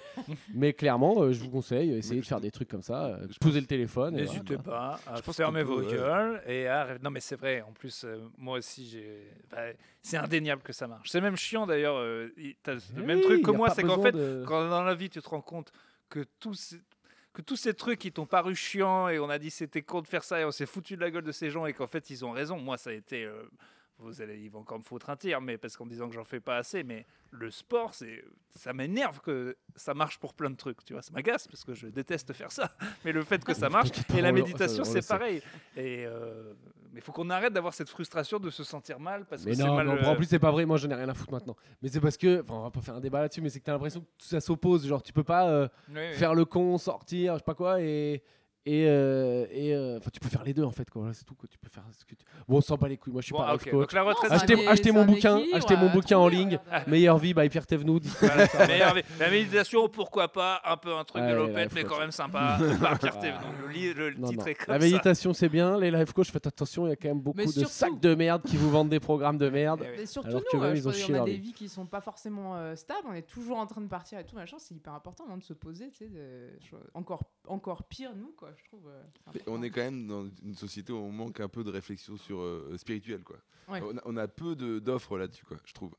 mais clairement, euh, je vous conseille, essayez de faire des trucs comme ça. euh,
je
poser le téléphone. et
N'hésitez
voilà.
pas à
Je pense
fermer
qu'on peut,
vos
ouais.
gueules et à rêver. Non, mais c'est vrai. En plus, euh, moi aussi, j'ai. bah, c'est indéniable que ça marche. C'est même chiant d'ailleurs. euh, y- t'as le
Eh
même
oui,
truc que
y a
moi,
pas
c'est qu'en
besoin
fait,
de-
quand dans la vie, tu te rends compte que tous ces, que tous ces trucs qui t'ont paru chiants et on a dit c'était con de faire ça et on s'est foutu de la gueule de ces gens et qu'en fait, ils ont raison. Moi, ça a été. euh, vous allez, ils vont encore me foutre un tir, mais parce qu'en disant que j'en fais pas assez, mais le sport, c'est, ça m'énerve que ça marche pour plein de trucs, tu vois, ça m'agace parce que je déteste faire ça. [laughs] Mais le fait que
[laughs]
ça marche
T'inquiète pas,
et la
on le-
méditation,
on le
c'est
sait.
pareil. Et euh, mais faut qu'on arrête d'avoir cette frustration de se sentir mal parce
Mais
que c'est
non,
mal.
mais en-
euh,
en plus c'est pas vrai, moi j'en ai rien à foutre maintenant. Mais c'est parce que, enfin on va pas faire un débat là-dessus, mais c'est que t'as l'impression que tout ça s'oppose, genre tu peux pas euh,
oui, oui.
faire le con, sortir, je sais pas quoi, et. Et. euh, et, euh, Enfin, tu peux faire les deux en fait, quoi. Voilà, c'est tout, quoi. Tu peux faire ce que tu- Bon, on s'en bat les couilles, moi je suis
Bon,
pas
ah,
life
ok.
[laughs]
coach.
Donc la retraite,
Achetez-
c'est un-
achetez
c'est
mon
un
bouquin,
équilibre,
achetez mon
euh,
bouquin en
trouvé,
ligne.
regarde.
Meilleure vie by Pierre Thévenoud.
[laughs]
Voilà, c'est la meilleure vie. la méditation, pourquoi pas Un peu un truc
Ouais,
de
là,
l'opette,
faut
mais
pas
quand
ça.
même
[laughs]
sympa. Par Pierre Thévenot.
Ah.
le, li- le
Non,
titre
non.
est comme
La
ça.
méditation c'est bien, les life coach, faites attention, il y a quand même beaucoup
Mais
de
surtout-
sacs de merde qui vous vendent des programmes de merde.
Eh oui.
Mais surtout
Alors que
nous, euh,
eux,
je
ils ont
pense
chié
qu'on a
leur
des
vie.
vies qui sont pas forcément euh, stables, on est toujours en train de partir et tout machin, c'est hyper important hein, de se poser, tu sais, de- je- encore encore pire nous quoi, je trouve. euh, c'est
Et
important.
On est quand même dans une société où on manque un peu de réflexion sur euh, spirituelle quoi.
Ouais.
On, a, on a peu de- d'offres là-dessus quoi, je trouve.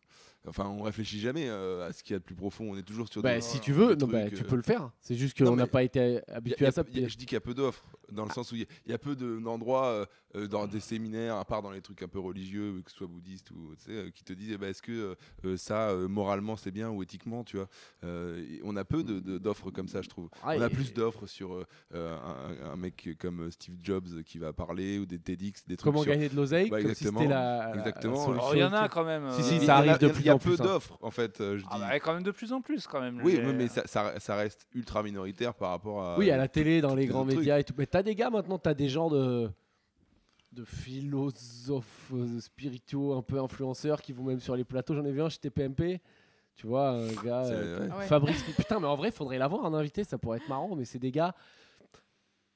Enfin, on réfléchit jamais euh, à ce qu'il y a de plus profond. On est toujours sur.
Bah,
des-
si
des
tu veux, non,
trucs,
bah, tu
euh,
peux le faire. C'est juste
Non,
qu'on n'a
mais
pas été
y a-
habitué
y a-
à ça. Ah.
y a- je dis qu'il y a peu d'offres, dans le sens où il y, a- il y a peu de- d'endroits, euh, euh, dans des séminaires, à part dans les trucs un peu religieux, que ce soit bouddhiste ou tu sais, euh, qui te disent eh ben, est-ce que euh, euh, ça, euh, moralement, c'est bien ou éthiquement, tu vois. Euh, et on a peu
Mm.
de- de- d'offres comme ça, je trouve.
Ah,
on a
et-
plus d'offres sur euh, euh, un, un mec comme Steve Jobs qui va parler ou des TEDx, des trucs
Comment
sur-
gagner de l'oseille
Bah,
comme si
exactement.
c'était la, la-
Exactement.
la
Oh,
solution.
Il y en a quand même.
Si,
euh,
si,
Il y
ça
en a-
arrive de
il y en a-
plus
Il y a
en
peu
plus, hein.
d'offres, en fait, euh, je dis.
ah bah, euh, quand même de plus en plus quand même.
oui,
les-
mais, mais ça, ça- ça reste ultra minoritaire par rapport à.
Oui, à la télé, dans les
les
grands
autres
médias et tout. Mais t'as des gars maintenant, t'as des genres de de philosophes euh, spirituaux un peu influenceurs qui vont même sur les plateaux. J'en ai vu un chez TPMP. Tu vois, un gars.
C'est-
euh,
ouais.
Ah ouais.
Fabrice. Putain, mais en vrai, faudrait l'avoir un invité, ça pourrait être marrant, mais c'est des gars.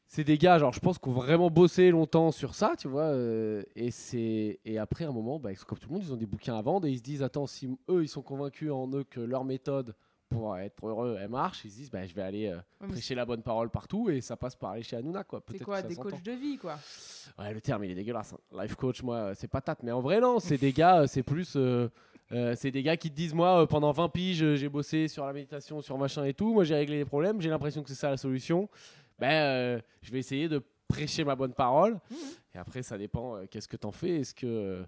C'est des gars, genre, je pense qu'on vraiment bossé longtemps sur ça, tu vois. euh, et c'est et après, à un moment, bah, ils sont comme tout le monde, ils ont des bouquins à vendre et ils se disent, attends, si eux, ils sont convaincus en eux que leur méthode pour être heureux, elle marche, ils se disent, bah, je vais aller euh,
Ouais, mais
prêcher la bonne parole partout et ça passe par aller chez Hanouna, quoi.
C'est
Peut-être
quoi
que ça
Des
s'entend.
coachs de vie, quoi.
Ouais, le terme, il est dégueulasse. hein. Life coach, moi, euh, c'est patate. Mais en vrai, non, c'est des gars, euh, c'est plus. euh, euh, c'est des gars qui te disent, moi, euh, pendant 20 piges, euh, j'ai bossé sur la méditation, sur machin et tout. Moi, j'ai réglé les problèmes. J'ai l'impression que c'est ça la solution. Ben, euh, je vais essayer de prêcher ma bonne parole.
Mhm.
Et après, ça dépend. euh, Qu'est-ce que t'en fais Est-ce que. euh,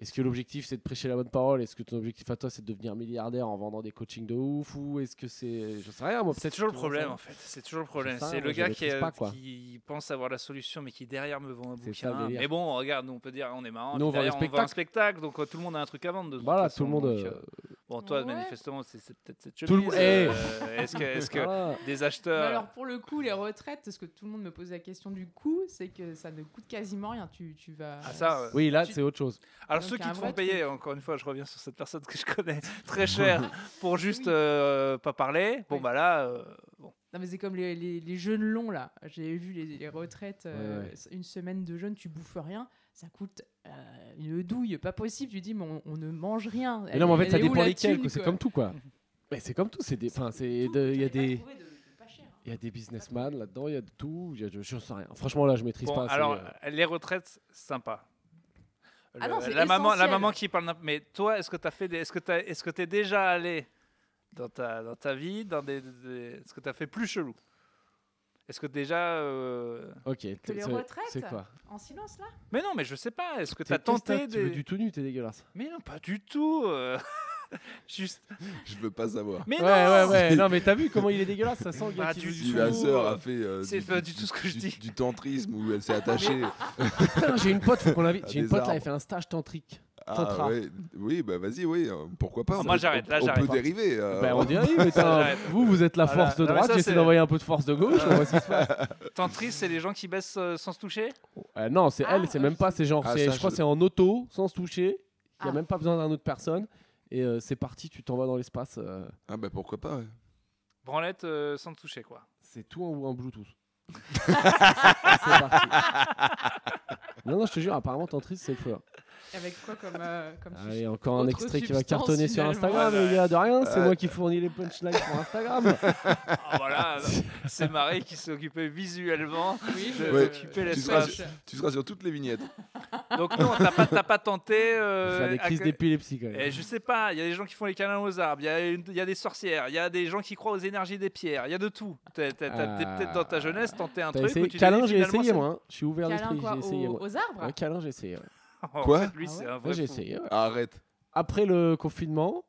est-ce que l'objectif c'est de prêcher la bonne parole Est-ce que ton objectif à toi c'est de devenir milliardaire en vendant des coachings de ouf Ou est-ce que c'est. Je sais rien, moi
C'est
peut-être.
toujours le
que-
problème hein. en fait. C'est toujours le problème.
ça,
C'est
moi,
le
je
gars qui,
maîtrise
euh,
pas, quoi.
qui pense avoir la solution mais qui derrière me vend un
C'est ça, le
bouquin.
délire.
Mais bon, regarde, nous on peut dire on est marrant.
Nous,
puis
on vend des
derrière, on vend un spectacle, donc euh, tout le monde a un truc à vendre. de toute
Voilà,
façon,
tout le monde.
donc,
euh,
euh, Bon, toi,
Ouais.
manifestement, c'est c'est peut-être cette chemise.
Tout le monde- Hey.
euh, Est-ce que, est-ce que
[laughs] voilà.
des
Mais
acheteurs.
alors pour le coup, les retraites, ce que tout le monde me pose la question du coût, c'est que ça ne coûte quasiment rien. Tu, tu vas.
Ah, ça, ouais.
Oui, là
Tu-
c'est autre chose.
Alors
Donc,
ceux
il y
qui
a un
te
vrai
font payer, encore une fois, je reviens sur cette personne que je connais [laughs] très cher pour juste euh, pas parler. Bon
Oui.
bah là, euh, bon.
Non mais c'est comme les, les, les jeûnes longs là. J'ai vu les, les retraites, euh,
Ouais, ouais.
s- une semaine de jeûne, tu bouffes rien, ça coûte euh, une douille, pas possible. Tu dis mais on, on ne mange rien.
Mais non, mais en fait, ça dépend lesquels.
lesquels.
quoi. C'est comme tout, quoi. Mais c'est comme tout. C'est des. Enfin, c'est. de- Il y a des.
hein.
Il y a des businessmen là-dedans. Il y a de tout. Il y a de. Je sais rien. Franchement, là, je maîtrise
Bon,
pas. c'est,
alors
euh,
les retraites, sympa.
Ah
Le-
non, c'est
la maman, la
essentiel.
maman qui parle. n'im- Mais toi, est-ce que t'as fait, des- est-ce que t'as- est-ce que t'es déjà allé dans ta dans ta vie, dans des, des- est-ce que t'as fait plus chelou Est-ce que déjà euh,
Ok. t'es-
les
c'est-
retraites,
C'est quoi
En silence là
Mais non, mais je sais pas. Est-ce que
T'es-
t'as
t'es
tenté
stat, Tu
des
veux du tout nu, t'es dégueulasse.
Mais non, pas du tout. euh, [laughs] Juste.
[laughs] Je veux pas savoir.
Mais
Ouais,
non.
ouais,
[laughs]
ouais. Non, mais t'as vu comment il est dégueulasse Ça sent le gars
Pas
qui
du
veut
Si
tout.
la
tout,
sœur
euh,
a fait euh,
c'est pas du tout ce que je
du-
dis. Ah,
du tantrisme où
[laughs]
elle s'est attachée.
Putain, j'ai une pote, faut qu'on l'invite.
À
J'ai une
des
pote là, elle
arbres.
fait un stage tantrique.
Ah,
Tantra.
ouais. Oui, bah vas-y, oui, euh, pourquoi pas.
Non,
on
moi,
peut-
j'arrête,
on-
là, hein.
On
j'arrête.
peut dériver. euh,
Bah, on dirait, mais
Ah, J'arrête.
vous, vous êtes la
Voilà.
force
Non,
de
mais
droite.
ça,
J'essaie
c'est- Ah,
d'envoyer un peu de force de gauche. on voit ce qui se passe.
Tantrice, c'est les gens qui baissent euh, sans se toucher
Euh, Non, c'est
Ah,
elle. C'est même
ok.
pas. C'est genre.
Ah,
c'est-
ça,
Je crois
je-
c'est en auto, sans se toucher. Il y a
Ah.
même pas besoin d'une autre personne. Et euh, c'est parti, tu t'en vas dans l'espace. euh,
Ah, bah pourquoi pas. ouais.
Branlette euh, sans te toucher, quoi.
C'est tout en, en [laughs] Bluetooth. c'est parti. Non, non, je te jure, apparemment, Tantris, c'est le feu. hein.
Avec quoi comme, euh, comme sujet
Allez, encore un
Autre
extrait qui va
substance,
cartonner sur
finalement.
Instagram,
Ouais,
les gars, de rien. C'est
Ouais.
moi qui fournis les punchlines pour Instagram.
Ah,
[laughs]
voilà, c'est Marais qui s'est occupé visuellement
Oui,
de
Ouais.
d'occuper
Tu
l'espace.
seras, tu seras sur toutes les vignettes.
Donc non, t'as pas, t'as pas tenté... euh,
Faire des crises
à-
d'épilepsie, quand même.
Eh, je sais pas, il y a des gens qui font les câlins aux arbres, il y, a une- il y a des sorcières, il y a des gens qui croient aux énergies des pierres, il y a de tout. T'as t'as- t'as- t'es
Ah.
peut-être dans ta jeunesse tenté un
T'as
truc
essayé
où tu t'es
Câlin,
dit,
j'ai
finalement,
essayé,
c'est-
moi. hein. Je suis ouvert
Câlin
d'esprit, j'ai
quoi
essayé,
aux,
moi.
aux arbres
Ouais, câlin, j'ai essayé. ouais.
Oh, En
Quoi
fait, lui,
Ah ouais.
c'est un
Ouais,
vrai
j'ai
fou.
essayé. ouais.
Ah, Arrête.
Après le confinement,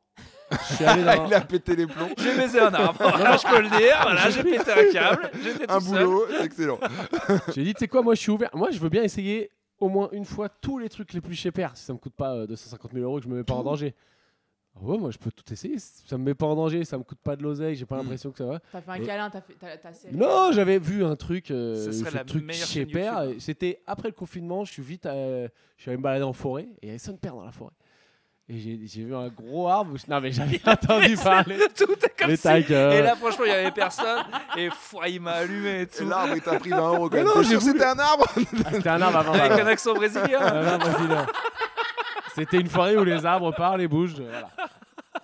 je suis allé dans.
Il a pété
[laughs]
les plombs.
J'ai baisé un arbre,
[laughs]
voilà, [laughs] je peux le dire, voilà, j'ai pété un câble, j'étais tout
Un
seul.
boulot,
[laughs]
c'est excellent.
J'ai dit, tu sais quoi, moi je suis ouvert. Moi je veux bien essayer au moins une fois tous les trucs les plus chépères. Si ça me coûte pas euh, 250 000 euros, que je me mets pas en danger. Ah Ouais, moi je peux tout essayer. Ça me met pas en danger, ça me coûte pas de l'oseille, j'ai pas
Mm.
l'impression que ça va.
T'as fait un
Et-
câlin, t'as fait. T'as, t'as serré.
Non, j'avais vu un truc, euh,
Ce serait
ce
la
truc
meilleure chaîne
chépère.
YouTube. hein.
et C'était après le confinement, je suis vite, à- je suis allé me balader en forêt et il y avait son père dans la forêt. Et j'ai j'ai vu un gros arbre. où je- Non
[laughs]
mais j'avais entendu parler.
Tout est comme
Mais
si-
ta gueule.
Et là, franchement, il n'y avait personne. Et fou, il m'a allumé et
Et
tout.
L'arbre, il t'a pris 20 euros quand
Mais
même.
non,
T'es
j'ai
sûr que
voulu-
c'était un arbre
Ah, C'était un arbre avant.
Avec
voilà.
un accent brésilien.
[laughs]
Ah non, vas-y, non. C'était une forêt où les arbres parlent et bougent. voilà.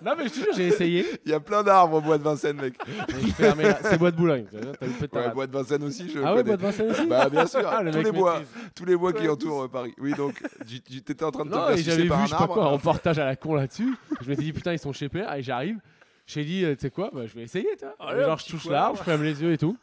Non, mais je te jure, j'ai essayé.
Il y a plein d'arbres au bois de Vincennes, mec.
mais je fermais la- C'est bois de Boulogne. t'as vu, Ah, t'as eu peu de
Ouais,
tarade.
bois de Vincennes aussi, je
ah ouais,
connais.
bois de Vincennes aussi
Bah, bien sûr,
[laughs] Ah, le
tous
mec
les bois,
maîtrise.
tous les bois qui
Ouais,
entourent euh, Paris. Oui, donc, tu- tu t'étais en train de te
Non,
faire
et j'avais
sucer
vu,
par
je
un
sais pas hein. quoi, un
arbre. hein.
reportage à la con là-dessus. Je m'étais dit, putain, ils sont chez PR et j'arrive. J'ai dit, euh, tu sais quoi, bah, je vais essayer, tu vois.
Allez, un
Genre, je
petit
touche
coin,
l'arbre,
ouais.
je ferme les yeux et tout.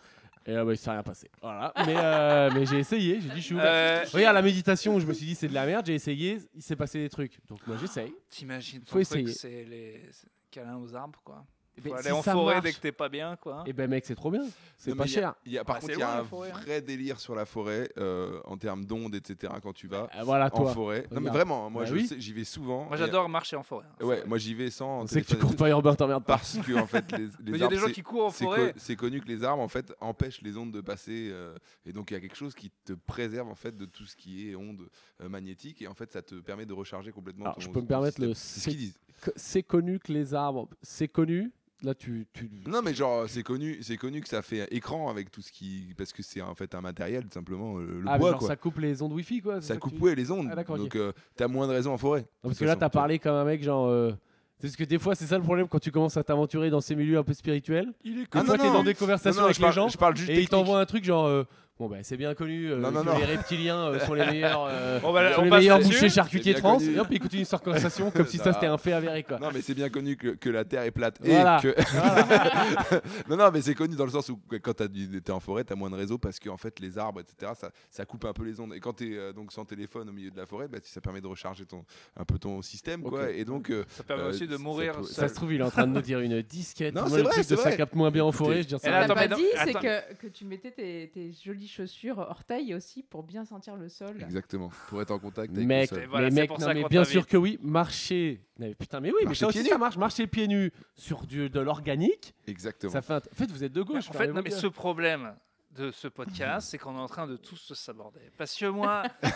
Et là, bah, il s'est rien passé. Voilà. Mais, euh, mais j'ai essayé, j'ai dit, je suis ouvert.
Euh,
Regarde la méditation, je me suis dit, c'est de la merde, j'ai essayé, il s'est passé des trucs. Donc, moi, j'essaye.
T'imagines, ton
Faut
truc,
essayer.
c'est les c'est câlins aux arbres, quoi.
Mais
Faut aller
si
en
ça
forêt
marche,
dès que t'es pas bien, quoi.
Eh ben mec, c'est trop bien. C'est
Non,
pas
mais il y a-
cher.
il y a- par
Ah, c'est
contre, il y
loin,
a
la
un
forêt, hein.
vrai délire sur la forêt euh, en termes d'ondes, etc. Quand tu vas
Ah, Voilà
en
toi.
forêt. Non, mais
Regarde.
vraiment, hein, moi
Bah
je
oui.
sais, j'y vais souvent.
Moi,
Et-
j'adore marcher en forêt. hein.
Ouais, moi j'y vais sans.
On sait que tu
téléphone et
cours pas Herbert, t'emmerdes
tout,
pas.
Parce que en fait,
[laughs]
les, les
Mais il y a des
arbres,
gens
c'est-
qui courent en
c'est co-
forêt.
C'est connu que les arbres en fait empêchent les ondes de passer euh, et donc il y a quelque chose qui te préserve en fait de tout ce qui est ondes euh, magnétiques et en fait ça te permet de recharger complètement.
Alors,
ton-
je peux me
ton
permettre le
système. C'est ce qu'ils disent.
Que- C'est connu que les arbres, c'est connu. Là, tu, tu...
Non mais genre c'est connu, c'est connu que ça fait écran avec tout ce qui parce que c'est en fait un matériel tout simplement euh, le
Ah, mais
bois
genre,
quoi.
ça coupe les ondes wifi quoi. c'est
ça
que tu
coupe
dis
ouais, les ondes.
Ah, d'accord, ok.
donc euh, t'as moins de raison en forêt.
Non, parce
De
que là,
toute
t'as
façon,
parlé comme un mec, genre. euh, C'est parce que des fois, c'est ça le problème quand tu commences à t'aventurer dans ces milieux un peu spirituels.
Il est
Ah,
Des fois,
non,
t'es
non,
dans
oui.
des
Non,
conversations
non,
avec
je
les
parle-
gens
je parle juste
et ils
technique.
t'envoient un truc genre. euh, Bon, bah, c'est bien connu. euh,
Non, non,
que
non.
Les reptiliens euh,
[laughs]
sont les meilleurs. euh,
Bon, bah,
sont
on
les
passe
meilleurs
là-dessus.
bouchers charcutiers
C'est
de
bien
France.
connu.
Et hop, ils continuent
[laughs]
leur conversation comme si ça
Ça
c'était
va.
un fait avéré quoi.
[laughs] Non mais c'est bien connu que, que la Terre est plate
Voilà.
et que [laughs] non non mais c'est connu dans le sens où que- quand t'as du- t'es en forêt t'as moins de réseau parce que en fait les arbres etc ça, ça coupe un peu les ondes et quand t'es euh, donc sans téléphone au milieu de la forêt bah, ça permet de recharger ton un peu ton système quoi
Ok.
et donc euh,
Ça permet
Euh,
aussi de
ça peut-
mourir
ça
seul.
Ça se trouve, il est en train de nous dire une disquette.
Non,
Moi,
c'est
le
vrai,
truc
c'est
de ça
vrai.
capte moins bien en forêt.
Écoutez,
Je dis
elle a-
ça.
T'as
attends,
pas
mais non,
dit, c'est
attends.
que, que tu mettais tes, tes jolies chaussures orteils aussi pour bien sentir le sol.
exactement pour être en contact avec
Mec,
le sol.
Et voilà,
mais
c'est
mec,
pour
non,
ça
mais
qu'on
bien
t'invite.
sûr que oui, marcher. Non, mais putain, mais oui, mais
Marcher
ça aussi,
pieds nus.
ça marche. Marcher pieds nus sur du, de l'organique,
exactement
ça fait. un t- En fait, vous êtes de gauche.
en fait, non,
parlez-vous
mais
bien.
ce problème de ce podcast, c'est qu'on est en train de tous se saborder. Parce que moi, euh,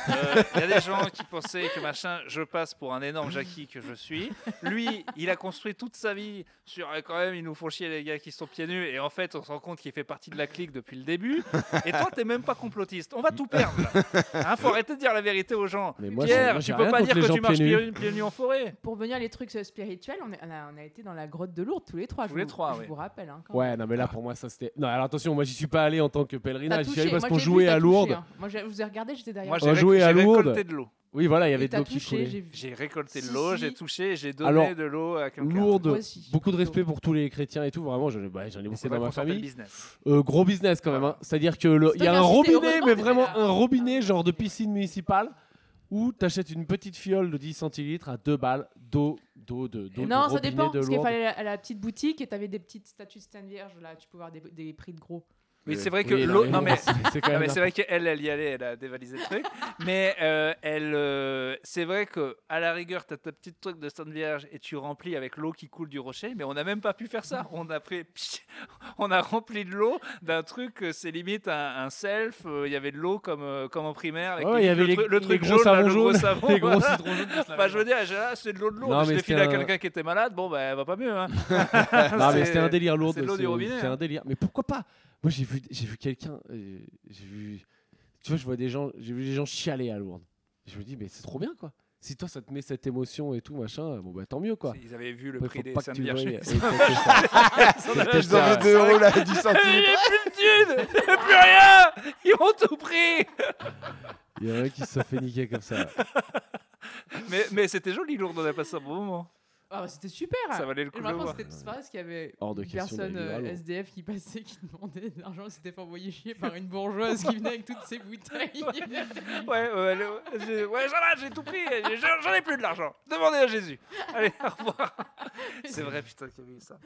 il y a des gens qui pensaient que machin, je passe pour un énorme Jackie que je suis. Lui, il a construit toute sa vie sur euh, quand même, il nous font chier les gars qui sont pieds nus. Et en fait, on se rend compte qu'il fait partie de la clique depuis le début. Et toi, t'es même pas complotiste. On va tout perdre. Là. Hein, faut arrêter de dire la vérité aux gens.
Mais moi, j'ai-
Pierre,
moi, j'ai
tu peux
rien
pas
contre
dire
les
que
gens
tu marches
pieds nus.
pieds nus- pieds nus en forêt.
Pour venir les trucs euh, spirituels, on, est- on a, on a été dans la grotte de Lourdes tous les trois.
Tous
je
les
vous-
trois,
je
ouais.
vous rappelle. hein, quand
Ouais, non, mais là,
Ah.
pour moi, ça c'était. Non, alors attention, moi, j'y suis pas allé en tant que
même.
pèlerinage.
T'as
J'y suis
touché,
allé parce
moi,
qu'on
j'ai vu,
jouait
t'as
à
touché,
Lourdes.
hein. Moi, je vous ai regardé, j'étais derrière.
Moi,
toi.
j'ai
On jouait
réc-
à
j'ai
Lourdes.
récolté de l'eau.
Oui, voilà, il y
Et
avait de
t'as
l'eau qui
touché,
coulait.
j'ai vu.
J'ai récolté de
Si,
l'eau,
si.
j'ai touché, j'ai donné
Alors,
de l'eau à quelqu'un.
Moi
Lourdes,
aussi.
beaucoup de respect pour tous les chrétiens et tout. Vraiment, j'en ai- bah, j'en ai
C'est vrai
beaucoup dans ma
qu'on sortait le
famille.
business.
Euh, gros business quand même. hein. C'est-à-dire que le-
C'est
il y a
toi
un
qui as
robinet,
insisté, heureusement
mais
que
vraiment
t'étais là.
un robinet genre de piscine municipale où t'achètes une petite fiole de 10 centilitres à 2 balles d'eau, d'eau de, d'eau de
Non, ça
robinet
dépend.
de
Parce qu'il
Lourdes.
fallait aller à la petite boutique et t'avais des petites statues de Sainte Vierge. Là, tu pouvais avoir des, des prix de gros.
Oui,
Oui.
c'est vrai que
Oui,
l'eau.
mais
Non,
bon,
mais.
c'est- c'est quand
[laughs] Ah,
même
mais
là.
c'est vrai qu'elle, elle y allait, elle a dévalisé le truc. [laughs] Mais euh, elle, euh, c'est vrai que à la rigueur, t'as ta petite truc de Sainte Vierge et tu remplis avec l'eau qui coule du rocher. Mais on n'a même pas pu faire ça. On a pris, [laughs] on a rempli de l'eau d'un truc. euh, C'est limite un, un self. euh, Il y avait de l'eau comme euh, comme en primaire. avec
Ouais, il y
limite
avait
le,
les-
truc- le
les
truc
gros
jaune, là,
savons
le gros
jaunes,
savon.
[laughs] les gros
voilà. [laughs]
citrons jaunes.
Enfin, je veux dire, j'ai- ah, c'est de l'eau de
Non,
l'eau. Je
mais
l'ai
c'était
filé à
un-
quelqu'un qui était malade. Bon, ben, elle va pas mieux. hein. [laughs]
[laughs] Non, mais
C'est-
c'était un délire Lourdes.
c'est de l'eau du robinet,
c'est
hein.
un délire. Mais pourquoi pas Moi, j'ai vu, j'ai vu quelqu'un. euh, j'ai vu. Tu vois, je vois des gens. J'ai vu des gens chialer à Lourdes. Je me dis, mais c'est trop bien, quoi. Si toi, ça te met cette émotion et tout, machin, bon bah tant mieux, quoi.
Ils avaient vu le
Après,
prix
faut
des
pas que
Sainte
tu
Vierge. [laughs]
veuilles- oui, c'est ça.
Ils en avaient
Putain,
Dans le
ouais.
deux euros là 10 centimes.
Il plus de
[laughs]
thunes Il plus rien Ils ont tout pris
Il y en a qui se sont fait niquer
[laughs]
comme ça.
Mais, mais c'était joli, Lourdes, on a passé un bon moment.
Ah, ben, bah, c'était super.
Ça valait le
Et
coup de le
vraiment,
voir.
c'était tout pareil parce qu'il y avait
Hors de
une
question
personne
d'aller
euh,
vivre à
SDF qui passait, qui demandait de l'argent, s'était fait envoyer chier par une bourgeoise qui venait avec toutes ses bouteilles.
[laughs] Ouais, ouais, le- j'ai- ouais, ça va, j'ai tout pris, j'ai- j'en j'en ai plus de l'argent. Demandez à Jésus. Allez, au revoir. C'est vrai, putain, qu'il y avait eu ça.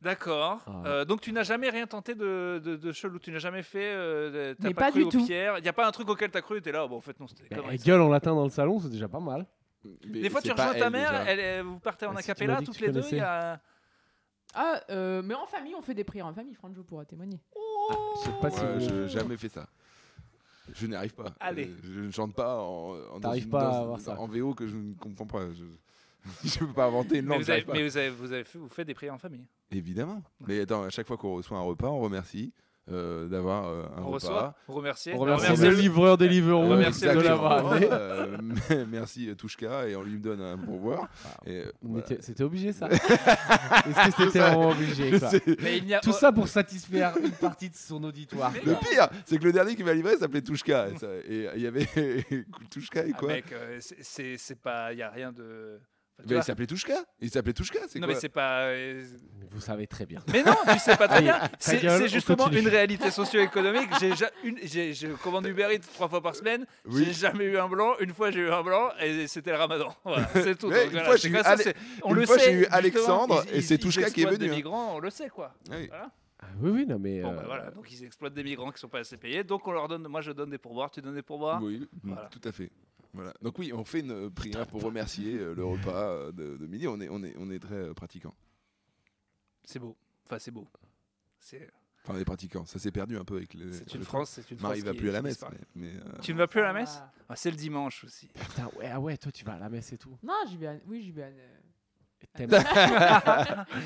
D'accord.
Ah.
Euh, donc tu n'as jamais rien tenté de, de, de chelou, tu n'as jamais fait. euh, de- t'as
Mais
pas,
pas
cru
du
aux
tout.
pierres. Il n'y a pas un truc auquel t'as cru, t'es là, oh, bon, en fait, non, c'était des
Mais
conneries.
Eh, gueule en latin dans le salon, c'est déjà pas mal.
Mais
Des fois,
c'est
tu rejoins
pas
ta
elle,
mère,
déjà.
elle, elle- vous partez en
Ah, si, tu
acapella
m'as dit que
toutes
tu
les deux. il
connaissais.
Y a...
Ah, euh, mais en famille, on fait des prières en famille. Franjo pourra témoigner.
Ah,
Je sais pas si
Ouais,
vous-
je jamais fait ça. Je n'y arrive pas.
Allez.
Euh, Je ne chante pas en, en, dans
T'arrives
une
pas à
danse-
avoir ça.
en VO que je ne comprends pas. Je [laughs] ne peux pas inventer une
Mais,
langue.
vous
j'arrive
avez,
pas.
mais vous avez, vous avez fait, vous faites des prières en famille.
Évidemment. Mais attends, à chaque fois qu'on reçoit un repas, on remercie euh, d'avoir euh, un
On
repas.
reçoit, vous remerciez.
on remercie
remerciez
le livreur des
On
livreurs
remercie
de
la
l'avoir amené.
[laughs] Euh, mais- merci euh, Touchka et on lui donne un pourboire. Et, euh,
On
voilà.
était- C'était
[laughs]
obligé ça. Est-ce que c'était vraiment obligé
Je
quoi
sais.
Mais il n'y a
Tout ça pour satisfaire une partie de son auditoire.
Mais-
Le pire, c'est que le dernier qui m'a livré s'appelait Touchka. Et ça- et il y euh, avait [laughs] Touchka et
Ah,
quoi
mec, euh, c'est- c'est c'est pas, il y a rien de.
Ben, il s'appelait Touchka. Il s'appelait Touchka. C'est
non,
quoi
mais c'est pas. euh,
Vous savez très bien.
Mais non, tu sais pas très
Allez,
bien. C'est
gueule,
c'est
on
justement
continue.
une réalité socio-économique. J'ai ja- une- j'ai- Je commande Uber Eats trois fois par semaine.
Oui.
J'ai jamais eu un blanc. Une fois, j'ai eu un blanc et c'était le ramadan. [laughs] Voilà, c'est tout. Donc
Mais une
voilà,
fois,
c'est
j'ai eu
comme ça,
Ale-
c'est- on
une
le
fois, j'ai
sait,
eu
justement,
Alexandre
ils-
et
ils-
c'est Touchka qui
ils
est
exploitent
venu, hein.
des migrants, on le sait quoi.
Ah oui.
Voilà.
Ah oui, oui, non, mais.
Bon, bah,
euh,
voilà. Donc ils exploitent des migrants qui sont pas assez payés. Donc on leur donne. Moi, je donne des pourboires. Tu donnes des pourboires.
Oui, mm,
Voilà.
tout à fait. Voilà. Donc oui, on fait une euh, prière pour remercier euh, le repas euh, de, de midi. On est, on est, on est très euh, pratiquant.
C'est beau. Enfin, c'est beau. C'est
Enfin, on est pratiquant. Ça s'est perdu un peu avec le.
c'est
Euh, le
une
temps.
France. C'est une France.
Marie va
qui-
plus à la
qui
messe.
disparaît.
Mais, mais, euh,
Tu ne vas plus à la
Ah.
messe Ah, C'est le dimanche aussi.
Putain, ouais, ah ouais, toi, tu vas à la messe et tout.
Non, j'y vais. à- Oui, j'y vais. À, euh,
Et
[laughs]
t'aimes-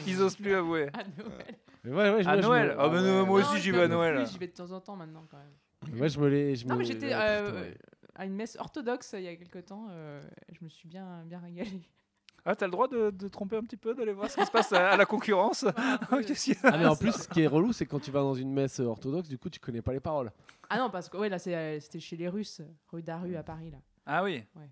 Ils osent plus avouer.
à Noël.
Mais ouais, ouais, je-
À
moi, je
Noël.
me-
Ah, mais non,
ouais,
moi
ouais.
aussi,
Non,
j'y vais à
j'avoue,
Noël.
oui, J'y vais de temps en temps maintenant quand même.
Moi, je me l'ai. je
Non,
me-
mais j'étais
ouais,
euh,
putain,
euh,
ouais.
Ah,
à une messe orthodoxe euh, il y a quelque temps. euh, je me suis bien,
[laughs]
bien régalée.
Ah, t'as le droit de, de tromper un petit peu, d'aller voir ce qui se passe à, à la concurrence Qu'est-ce qu'il y a
Ah, mais en plus, ce qui est relou, c'est quand tu vas dans une messe euh, orthodoxe, du coup, tu connais pas les paroles.
Ah non, parce que ouais, là c'est, euh, c'était chez les Russes, rue Daru à Paris. là.
Ah oui
Ouais.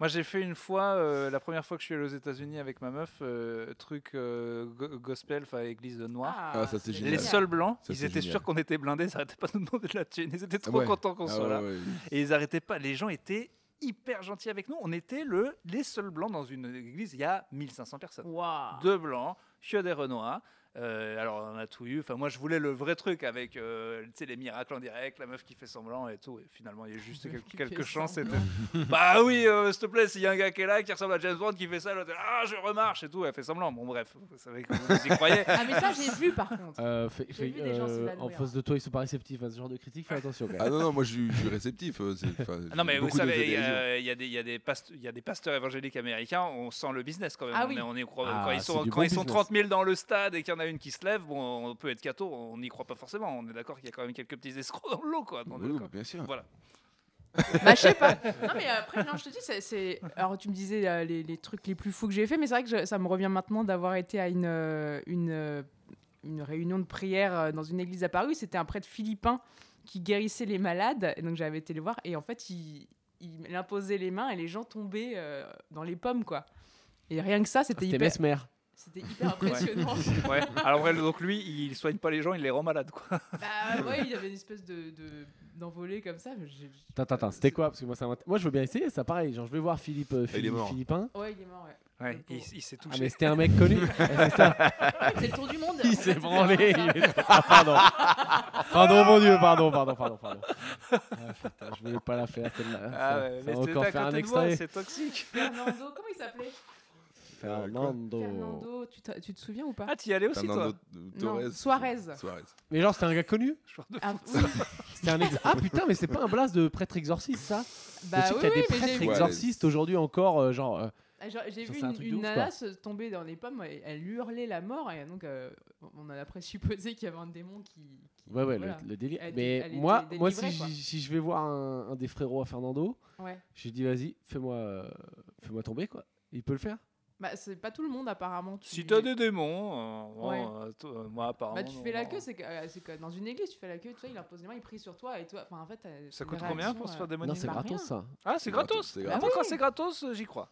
Moi, j'ai fait une fois, euh, la première fois que je suis allé aux États-Unis avec ma meuf, euh, truc euh, go- gospel, enfin église noire.
Ah, ça, c'est
Les
génial.
seuls blancs,
Ça,
ils
c'est
étaient
génial.
sûrs qu'on était blindés, ils arrêtaient pas de nous demander de la thune. Ils étaient trop
ouais.
contents qu'on
ah
soit
ouais,
là.
ouais, ouais.
Et ils arrêtaient pas. Les gens étaient hyper gentils avec nous. On était le, les seuls blancs dans une église. Il y a 1500 personnes.
Waouh.
deux blancs, que des renois. Euh, alors on a tout eu. Enfin moi je voulais le vrai truc avec euh, tu sais, les miracles en direct, la meuf qui fait semblant et tout. Et finalement il y a juste quel-
Qui
quelques
fait
chances.
semblant.
c'était- bah oui, euh, s'il te plaît, s'il y a un gars qui est là qui ressemble à James Bond qui fait ça, l'autre ah je remarche et tout, elle fait semblant. Bon bref, vous savez que vous y croyez.
[laughs] Ah mais ça j'ai vu par contre.
Euh, fais-
J'ai
fais-
vu des gens
euh,
s'évanouir.
en face de toi, ils sont pas réceptifs à ce genre de critique, fais attention. quand même.
Ah non, non, moi je suis je suis réceptif. euh, c'est- enfin,
Ah Non mais
j'ai
vous
beaucoup de- de
savez, il y,
religions.
a- il y a des- il y a des past- il y a des pasteurs évangéliques américains, on sent le business quand même.
Ah
on
oui.
est- on y croit-
Ah,
quand ils
c'est
sont,
du
quand
bon
ils sont
business.
30 000 dans le stade et qu'il y en a une qui se lève, bon, on peut être catho, on n'y croit pas forcément. On est d'accord qu'il y a quand même quelques petits escrocs dans l'eau. Quoi, dans le-
Oui,
quoi.
bien sûr.
Voilà.
bah je
[laughs]
sais pas. Non mais euh, après non, je te dis c'est, c'est- alors tu me disais euh, les, les trucs les plus fous que j'ai fait mais c'est vrai que je- ça me revient maintenant d'avoir été à une euh, une euh, une réunion de prière euh, dans une église à Paris, c'était un prêtre philippin qui guérissait les malades et donc j'avais été le voir et en fait il il imposait les mains et les gens tombaient euh, dans les pommes quoi. Et rien que ça, c'était
T'es
hyper,
mesmer.
c'était hyper
[laughs]
impressionnant.
Ouais. Alors ouais, donc lui, il soigne pas les gens, il les rend malades. Quoi.
Bah ouais, il avait une espèce de, de- d'envolée comme ça. mais j'ai-
Attends, attends, attends, c'était quoi Parce que moi, ça m'intéresse. moi, je veux bien essayer, ça pareil. Genre, je vais voir Philippe, euh,
Il est
Philippe-
mort.
Philippin.
Ouais, il est mort. Ouais.
Ouais,
Le
il,
pauvre.
il s'est
Ah, mais
touché.
c'était un mec connu. Ouais, c'est ça.
Ah, C'est le tour du monde.
Il [laughs] s'est branlé. il est- Ah, pardon. Pardon, mon dieu, pardon, pardon, pardon. pardon. Ah, putain, je voulais pas la faire celle-là.
Ah
Ça-
ouais,
ça
mais
va
c'était
encore
à
faire un
côté de moi,
extrait.
c'est toxique.
Fernando, comment il s'appelait
Fernando.
Fernando, tu, t'as- tu te souviens ou pas
Ah, t'y allais aussi
Fernando
toi
euh, Torres.
Non, Suarez.
Suarez.
Mais genre, c'était un gars connu
Joueur de
Ah,
foot.
oui,
[laughs]
C'était un ex- Ah putain, mais c'est pas un blast de prêtre exorciste, ça Je
bah
sais
oui,
qu'il y a
oui,
des
mais j'ai
prêtres
vu,
Ouais.
exorcistes aujourd'hui encore, euh, genre. euh,
Ah, genre, j'ai
Ça,
vu
c'est un
une,
truc de
une
ouf, quoi.
nana se tomber dans les pommes, elle, elle hurlait la mort, et donc euh, on a après supposé qu'il y avait un démon qui. qui-
Ouais, ouais,
voilà.
le, le délire.
Elle
mais
était- elle
moi,
était
moi si,
délivrée, quoi.
j- si je vais voir un, un des frérots à Fernando,
Ouais.
je lui dis vas-y, fais-moi euh, fais-moi tomber, quoi. Il peut le faire
Bah, c'est pas tout le monde apparemment. Tu...
Si t'as des démons, euh, bon,
Ouais.
euh, toi, euh, moi apparemment.
Bah, tu fais
non,
la
non.
queue, c'est que, euh, c'est que dans une église, tu fais la queue, tu vois, il impose les mains, il prie sur toi, et toi. Enfin, en fait, t'as-
Ça
une
coûte combien
réaction,
pour se
euh,
faire
Non,
démoniser
c'est
pas
gratos,
rien.
ça.
Ah, c'est
C'est
gratos.
gratos, c'est
Attends,
gratos.
quand c'est gratos, euh, j'y crois.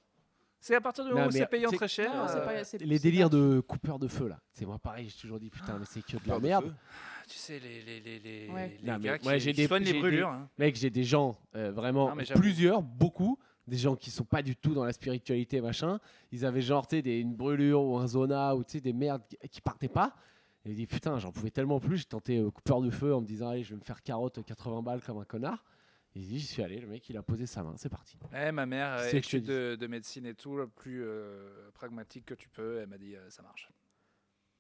C'est à partir du
Non,
moment où
mais
c'est payant
c'est-
très cher.
Non, c'est
euh,
pas- c'est-
Les
c'est
délires
pas-
de coupeur de feu, là. C'est moi pareil, j'ai toujours dit putain, mais c'est que de la merde.
ah, Tu sais, les, les, les, les,
Ouais.
les
Non, mais
gars qui,
moi, j'ai
qui
des-
soignent les
j'ai des-
brûlures. hein.
Mec, j'ai des gens, euh, vraiment,
Non, mais j'avoue.
plusieurs, beaucoup, des gens qui sont pas du tout dans la spiritualité, machin. Ils avaient genre, tu sais, des- une brûlure ou un zona ou tu sais, des merdes qui, qui partaient pas. Et ils disent, putain, j'en pouvais tellement plus. J'ai tenté euh, coupeur de feu en me disant, allez, je vais me faire carotte 80 balles comme un connard. Il dit, j'y suis allé, le mec, il a posé sa main, c'est parti.
Ouais, ma mère,
C'est
euh,
ce que je
étude
dis.
de, de médecine et tout, le plus euh, pragmatique que tu peux, elle m'a dit euh, ça marche. Ah.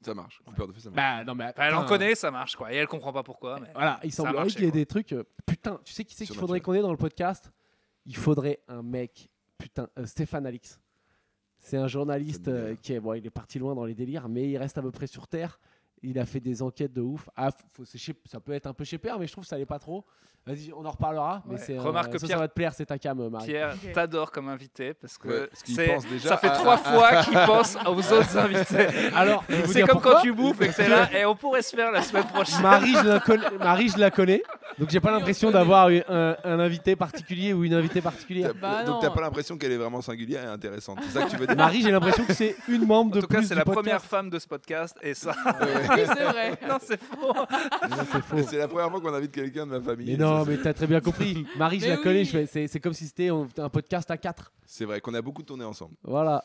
Ça marche. Coupeur de feu, ça marche.
Bah, non, mais.
Enfin, elle en
putain,
connaît, ça marche quoi. Et elle comprend pas pourquoi. Mais...
Voilà, il
Euh, Ça a
semblerait
marché,
qu'il y ait
quoi.
des trucs. euh, putain, tu sais qui c'est qu'il faudrait
Surnaturel.
qu'on ait dans le podcast Il faudrait un mec, putain, euh, Stéphane Alix. C'est un journaliste
Ça me dit
euh,
rien.
qui est, bon, il est parti loin dans les délires, mais il reste à peu près sur terre. Il a fait des enquêtes de ouf. Ah, f- faut- c'est chez- ça peut être un peu chez Père, mais je trouve que ça allait pas trop. Vas-y, on en reparlera. Mais
Ouais.
c'est un-
Remarque que
ça, ça
Pierre-
va te plaire, c'est ta cam, euh, Marie.
Pierre
Ok.
t'adore comme invité parce que
Ouais, parce qu'il
c'est-
pense déjà
ça fait
à-
trois fois qu'il pense [laughs] aux autres invités. [laughs]
Alors, je vais vous
C'est
dire
comme
pourquoi.
[laughs] quand tu bouffes et que c'est là et on pourrait se faire la semaine prochaine.
Marie, je la connais. Marie, je la connais. Donc j'ai pas l'impression d'avoir eu un, un invité particulier ou une invitée particulière.
T'as-
Bah non.
donc t'as pas l'impression qu'elle est vraiment singulière et intéressante. C'est ça que tu veux dire
Marie, j'ai l'impression que c'est une membre de
En tout cas,
plus
c'est
du
la
podcast.
première femme de ce podcast et [laughs] ça,
[laughs]
Oui, c'est vrai.
non, c'est faux.
Non, c'est faux.
Et C'est la première fois qu'on invite quelqu'un de ma famille.
Mais
Et
non,
ça,
mais t'as très bien compris. Marie, je
Mais
la connais.
oui.
je fais- C'est c'est comme si c'était on- un podcast à quatre.
C'est vrai qu'on a beaucoup tourné ensemble.
Voilà.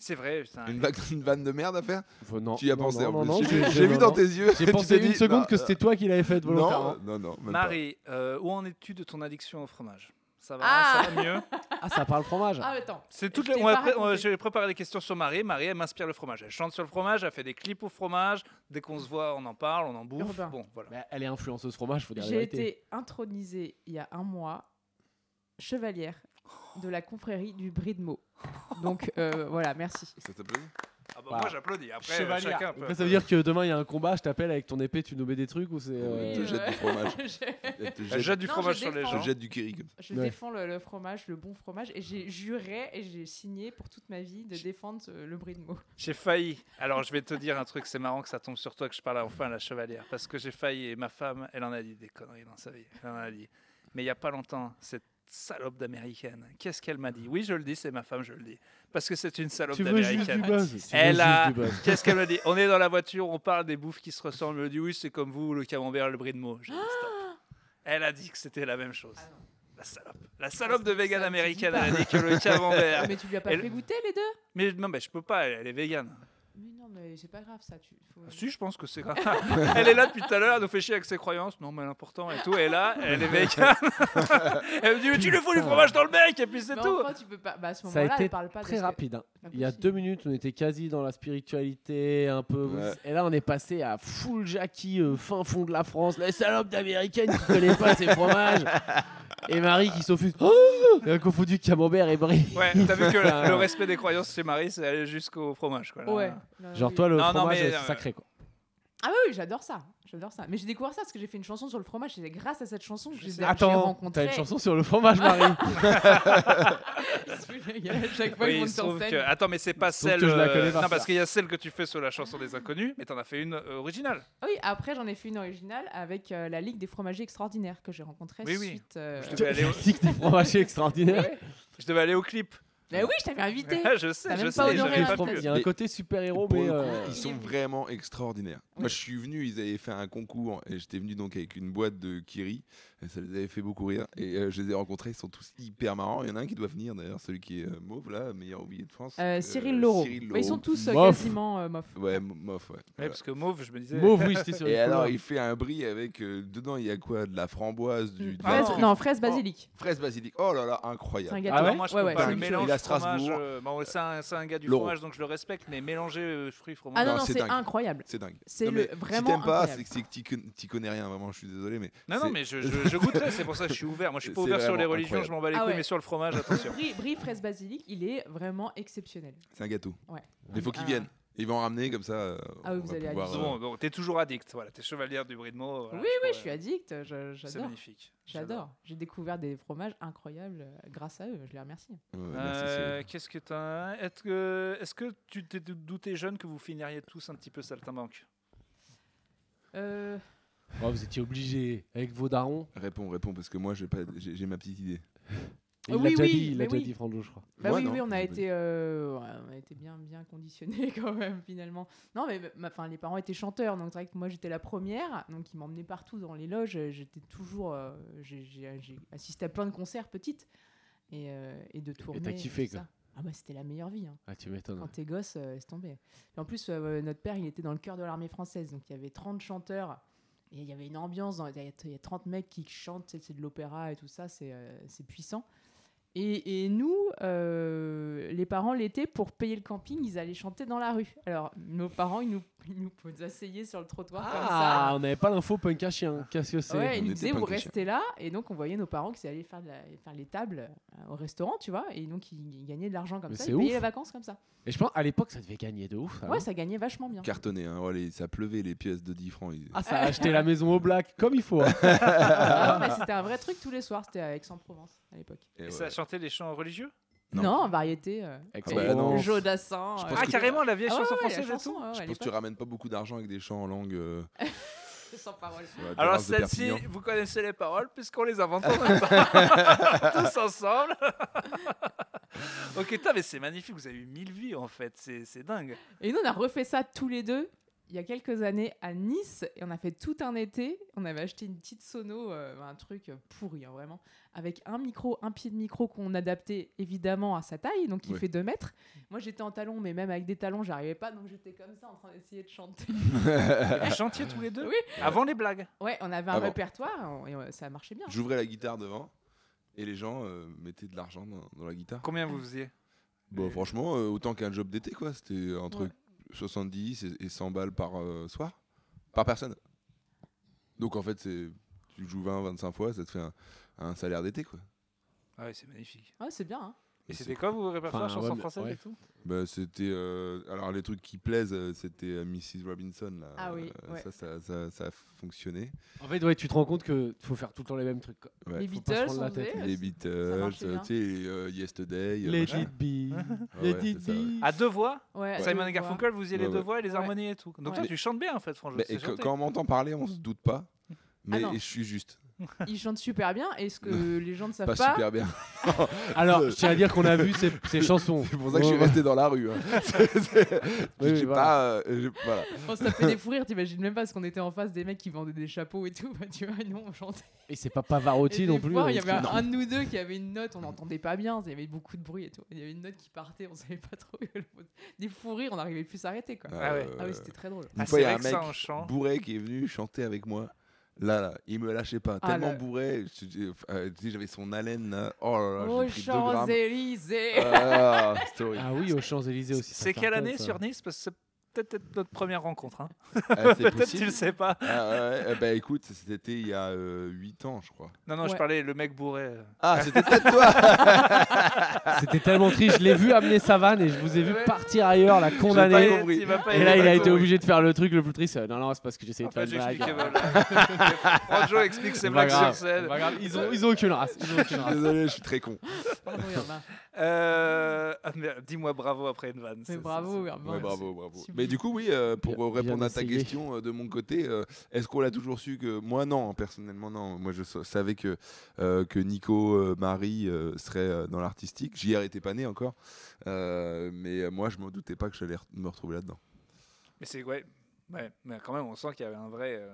C'est vrai. putain.
Ah, Une, vague- une vanne de merde à faire
Faut- non,
Tu y as
non,
pensé
non,
en
non,
plus.
non,
J'ai-
je-
J'ai vu
non,
dans
non.
tes yeux.
J'ai
[laughs] tu
pensé
t'es
une
dit,
seconde
non,
que c'était toi qui l'avais faite volontairement.
Non, non, non. même pas.
Marie, euh, où en es-tu de ton addiction au fromage Ça va,
Ah.
ça va mieux.
Ah, ça parle fromage.
Ah, mais attends. [laughs]
C'est toutes
Je
les.
t'ai
on a
pas
pré- on a-
raconté.
J'ai préparé des questions sur Marie. Marie, elle m'inspire le fromage. Elle chante sur le fromage. Elle fait des clips au fromage. Dès qu'on se voit, on en parle, on en bouffe.
Urbain.
Bon, voilà.
Mais Bah, elle est influenceuse fromage, faut dire la
J'ai
vérité.
été intronisée il y a un mois, chevalière de la confrérie du Brie de Meaux. Donc euh, voilà, merci.
Ça te plaît
Ah bah,
Voilà.
Moi, j'applaudis. Après, euh,
Chevalière.
chacun
Donc
peut.
là, ça veut dire que demain il y a un combat, je t'appelle avec ton épée, tu nous mets des trucs ou c'est.
Elle
euh,
te
Oui,
jette
ouais.
[laughs]
du fromage.
[laughs] Je,
Elle te
Elle
jette-
jette du
Non,
fromage
je
sur les
défends.
elle
gens.
te jette du kiri comme ça.
je
Ouais.
défends le, le fromage, le bon fromage, et j'ai juré et j'ai signé pour toute ma vie de défendre euh, le Brie de Meaux.
J'ai failli. Alors, je vais te dire un truc. C'est marrant que ça tombe sur toi que je parle enfin à la chevalière. Parce que j'ai failli et ma femme, elle en a dit des conneries dans sa vie. Elle en a dit. Mais il n'y a pas longtemps, cette salope d'américaine, qu'est-ce qu'elle m'a dit Oui, je le dis, c'est ma femme, je le dis. Parce que c'est une salope
Tu veux juste
[laughs]
du
d'américaine.
buzz. tu veux
Elle
juste
a-
du buzz.
[laughs] Qu'est-ce qu'elle m'a dit On est dans la voiture, on parle des bouffes qui se ressemblent. Elle dit oui, c'est comme vous, le camembert, le brie de Meaux. J'ai dit, stop. Elle a dit que c'était la même chose.
Ah non.
La salope. La salope de vegan
ça, tu dis
américaine,
pas. Ah,
elle a dit que le
[laughs]
camembert.
Mais tu lui as pas
Elle-
fait goûter les deux
Mais non, mais je peux pas, elle, elle est vegan.
Mais non, mais c'est pas grave ça. Tu, faut-
Ah, Si, je pense que c'est grave. [laughs] elle est là depuis tout à l'heure, elle nous fait chier avec ses croyances. Non, mais l'important et tout. Et là, elle est vegan. [laughs] elle me dit mais tu lui fous du fromage dans le bec et puis c'est
Mais
tout.
enfin, tu peux pas. Bah, à ce
Ça a
moment-là,
été
elle parle pas de
Très
ce que-
rapide. hein. Il y a
Impossible.
deux minutes, on était quasi dans la spiritualité, un peu.
Ouais.
Et là, on est passé à full Jackie, euh, fin fond de la France, la salope d'américaine qui connaît pas ses
[laughs]
fromages. Et Marie qui s'offuse.
Ah
Oh Elle a confondu camembert et brie.
Ouais, t'as vu que le, le respect des croyances chez Marie, c'est aller jusqu'au fromage. Quoi, là.
Ouais. Non,
Genre,
oui.
toi, le
Non, non,
fromage,
mais,
c'est
euh,
sacré quoi.
Ah bah oui, j'adore ça. J'adore ça. Mais j'ai découvert ça parce que j'ai fait une chanson sur le fromage. et C'est grâce à cette chanson que j'ai j'ai
Attends,
rencontré.
t'as une
[laughs]
chanson sur le fromage, Marie.
à chaque fois
Oui,
ils
il
montent
se
sur
trouve
scène.
que... Attends, mais c'est pas
se trouve
celle.
que je la
euh,
connais par
Non,
cœur.
parce qu'il y a celle que tu fais sur la chanson des inconnus, mais t'en as fait une euh, originale.
Ah Oui, après j'en ai fait une originale avec euh, la Ligue des fromagers extraordinaires que j'ai rencontrée
Oui, oui.
suite. euh, [laughs]
Je devais aller au,
Musique des fromages extraordinaire.
je devais aller au clip.
Bah oui, je
[laughs]
t'avais invité.
je sais,
T'as
je
même
sais,
pas honoré
j'avais
la
pas
fête.
pu.
Il y a un
Mais-
côté super-héros,
Pour
mais.
le coup,
[laughs]
euh,
ils sont vraiment extraordinaires. Moi, je suis venu, ils avaient fait un concours et j'étais venu donc avec une boîte de Kiri. Et ça les avait fait beaucoup rire. Et euh, je les ai rencontrés, ils sont tous hyper marrants. Il y en a un qui doit venir d'ailleurs, celui qui est euh, mauve là, meilleur oublié de France.
Euh,
Euh,
Cyril Laureau.
Cyril
Bah, ils sont
Laureau.
tous euh,
Mof.
quasiment euh, mof.
Ouais, mo- mof, ouais.
Ouais,
Voilà.
parce que Mauve, je me disais.
Mauve, oui, j'étais sur hein.
Et
les
alors,
couleurs.
il fait un brie avec. euh, dedans, il y a quoi De la framboise, du. de la
Fraise-
truffe.
Mm. non, fraise basilic.
Fraise basilic. Oh là là,
C'est un
incroyable.
gâteau.
Ah ouais
moi, je
ouais,
peux
ouais,
pas
c'est
le
une
mélange
Il a
fromage.
Strasbourg.
euh, bon, c'est un, c'est un gars du
Laurent.
fromage, donc je le respecte, mais mélanger euh, fruits, fromage.
Ah non,
Non,
non,
c'est
c'est
dingue.
incroyable.
C'est dingue.
C'est
Non,
le-
mais
vraiment
Si t'aimes pas,
incroyable.
c'est c'est que t'y con- t'y connais rien, vraiment, je suis désolé. mais
non, non,
c'est-
mais je,
[laughs]
je, je goûterai, c'est pour ça que je suis ouvert. Moi, je suis pas
C'est
ouvert sur les
vraiment
religions,
incroyable.
je m'en bats les
Ah
couilles,
ouais.
mais sur le fromage,
[laughs]
attention.
Brie, brie fraise basilic, il est vraiment exceptionnel.
C'est un gâteau.
Ouais.
Il faut qu'ils
Ah.
viennent. Ils vont en ramener comme ça. euh,
Ah oui,
on
vous
va
allez
pouvoir,
adorer.
euh,
Bon, bon, t'es toujours addict, voilà, t'es chevalière du brie de Meaux. voilà,
oui, oui,
crois,
je suis
euh,
addict. je-
C'est
J'adore.
magnifique.
J'adore. J'ai découvert des fromages incroyables euh, grâce à eux. Je les remercie.
ouais, merci,
Euh,
c'est-
Qu'est-ce que t'as Est-ce que, est que tu t'es douté jeune que vous finiriez tous un petit peu saltimbanque
Euh,
Oh, vous étiez obligés avec vos darons.
Réponds, réponds, parce que moi, j'ai pas- j'ai j'ai ma petite idée.
Il
Ah
l'a
oui,
déjà
oui,
dit, il l'a
mais
déjà
oui.
dit, Franjo, je crois.
Bah
Moi,
oui,
non,
oui, on a
j'ai pas
été, euh, ouais, on a été bien, bien conditionnés [laughs] quand même finalement. Non, mais ma- enfin, les parents étaient chanteurs, donc c'est vrai que moi j'étais la première, donc ils m'emmenaient partout dans les loges. euh, J'étais toujours, euh, j'ai- j'ai j'ai assisté à plein de concerts petites et, euh, et de tournées. tout
kiffé,
ça.
quoi.
Ah bah c'était la meilleure vie. hein.
Ah, tu m'étonnes.
Quand t'es gosse, euh, laisse tomber. Et en plus, euh, notre père, il était dans le cœur de l'armée française, donc il y avait 30 chanteurs. Et il y avait une ambiance, dans- il y a- il y a 30 mecs qui chantent, c'est c'est de l'opéra et tout ça, c'est euh, c'est puissant. Et, et nous, euh, les parents, l'été, pour payer le camping, ils allaient chanter dans la rue. Alors, nos parents, ils nous, ils nous [laughs] asseyaient sur le trottoir
Ah, on n'avait pas l'info punk à chien. Qu'est-ce que
comme ça.
c'est
Ouais,
on
ils nous
était
disaient,
pas
vous
des chiens.
restez là. Et donc, on voyait nos parents qui allaient faire, de la- faire les tables euh, au restaurant, tu vois. Et donc, ils, ils gagnaient de l'argent comme
Mais
ça,
c'est
ils payaient
ouf. Bah
les vacances comme ça.
Et je pense à l'époque, ça devait gagner de ouf. hein. ça,
ouais,
non
ça gagnait vachement bien.
Cartonné, hein. Oh, les- ça pleuvait les pièces de 10 francs. ils-
Ah, ça a acheté la maison au black, comme il faut. hein.
Ah non, mais c'était un vrai truc tous les soirs, c'était à Aix-en-Provence à l'époque.
Et
Et
eh ouais.
ça chantait les chants religieux
Non,
Non.
variété.
Ah
euh,
bah non.
Excellent.
Jodassin.
Je
euh,
pense
Ah,
que-
carrément, la vieille
Ah ouais,
chanson
ouais, la
française et
chanson,
tout
ouais, ouais,
Je
à
pense que tu
l'époque.
ramènes pas beaucoup d'argent avec des chants en langue. euh,
C'est sans parole.
Alors celle-ci, vous connaissez les paroles puisqu'on les
[laughs]
invente en même temps. [laughs] tous ensemble. [laughs] ok, putain, mais c'est magnifique, vous avez eu 1000 vues en fait, c'est c'est dingue.
Et nous, on a refait ça tous les deux il y a quelques années à Nice et on a fait tout un été. On avait acheté une petite sono, euh, un truc pourri hein, vraiment, avec un micro, un pied de micro qu'on adaptait évidemment à sa taille, donc il
Ouais.
fait 2 mètres. Moi j'étais en talons, mais même avec des talons, j'arrivais pas, donc j'étais comme ça en train d'essayer de chanter.
Les chantiers tous les deux
Oui.
Avant les blagues.
Ouais, on avait un
Ah bon.
répertoire on- et euh, ça marchait bien.
J'ouvrais la guitare devant et les gens euh, mettaient de l'argent dans, dans la guitare.
Combien vous faisiez
Bah, franchement, euh, autant qu'un job d'été, quoi. C'était entre
Ouais.
70 et, et 100 balles par euh, soir, par personne. Donc en fait, c'est tu joues 20, 25 fois, ça te fait un, un salaire d'été, quoi.
Ah ouais, c'est magnifique.
Ouais, c'est bien. hein.
Et
Et
c'était quoi vos répertoires
Enfin, ouais,
chansons
mais-
françaises
ouais.
et tout
Bah, c'était euh, alors les trucs qui plaisent, euh, c'était euh, Mrs Robinson. Là,
Ah oui,
Euh,
ouais.
ça, ça, ça, ça a fonctionné.
En fait, ouais, tu te rends compte que faut faire tout le temps les mêmes trucs. quoi.
Ouais.
Les
faut pas se
Beatles, euh,
prendre
on
la tête.
faisait.
Les
Eh, ça
Beatles,
marchait
euh,
bien.
tu sais, euh, Yesterday. euh,
Let
machin.
it
[laughs]
be.
Ah ouais,
Let it
c'est ça, ouais.
be.
À deux voix
Ouais, euh, à
Simon
deux
et
fois.
Garfunkel, vous faisiez les
Ouais,
deux
ouais.
voix et les
Ouais.
harmonies et tout. Donc toi,
Mais-
tu chantes bien en fait, franchement.
Bah,
c'est
et que-
chanté.
quand on m'entend parler, on se doute pas. Mais
Ah non.
et je suis juste.
Ils chantent super bien et ce que les gens ne savent
Pas,
pas,
super bien.
Alors, je tiens à dire qu'on a vu ces,
[laughs]
ces chansons.
C'est pour ça que je suis resté dans la rue. hein. C'est- c'est-
Oui,
j'ai
voilà.
pas, euh, j'ai- voilà.
on se tapait des fous rires, t'imagines même pas parce qu'on était en face des mecs qui vendaient des chapeaux et tout, [laughs] bah, tu vois, et nous on chantait.
Et c'est pas Pavarotti
Et
non
des
plus.
fois,
hein,
il y
qui-
avait un de nous deux qui avait une note, on n'entendait pas bien, il y avait beaucoup de bruit et tout. Il y avait une note qui partait, on savait pas trop. [laughs] Des fous rires, on n'arrivait plus à s'arrêter quoi.
Ah
Euh,
ouais.
Ah oui, c'était très drôle.
Une
Ah,
fois,
c'est
il y a un
vrai que ça,
mec
on chante.
bourré qui est venu chanter avec moi. Là, là, il me lâchait pas.
Ah,
tellement
là.
bourré. je- je- euh, tu sais, j'avais son haleine. là. Oh là là,
Aux
j'ai pris deux grammes. [laughs]
Champs-Élysées
Ah, c'était horrible.
[laughs] Ah oui, aux Champs-Élysées aussi. ça
C'est quelle
cartonne,
année
ça.
sur Nice Parce que c'est peut-être être notre première rencontre. hein.
Ah, c'est
Peut-être tu
possible.
le sais pas.
Ah, ouais, euh, bah écoute, c'était il y a 8 ans, je crois.
Non, non, je
Ouais.
parlais le mec bourré. euh.
Ah, [laughs] c'était peut-être toi
Ah, C'était tellement triste. Je l'ai vu amener sa vanne et je vous ai vu
Ouais.
partir ailleurs, la
Tu vas pas
condamner.
y- tu vas pas y
Et là, il a
aller,
été
toi.
obligé de faire le truc le plus triste. Euh, Non, non, c'est parce que j'essayais
En
de faire
fait,
une blague.
j'explique. voilà. [laughs] Anjo explique ses
C'est Euh, pas
blagues sur
grave,
scène.
c'est pas grave. Ils ont, ils ont aucune race. Ils ont aucune race.
Désolé, je suis très con.
Pardon, Irma.
Euh, ah, mais Dis-moi bravo après une vanne.
Mais
ça,
bravo,
ça,
Irma.
Ouais, bravo, bravo.
Sublime.
Mais du coup, oui, euh, pour
Bien- bien
répondre à ta
essayé.
question euh, de mon côté, euh, est-ce qu'on l'a toujours su que moi non, personnellement non. Moi, je sa- savais que euh, que Nico euh, Marie euh, serait euh, dans l'artistique. JR était pas né encore, Euh, mais euh, moi, je me doutais pas que j'allais re- me retrouver là-dedans.
c'est- Mais c'est ouais. Ouais, mais quand même, on sent qu'il y avait un vrai. euh,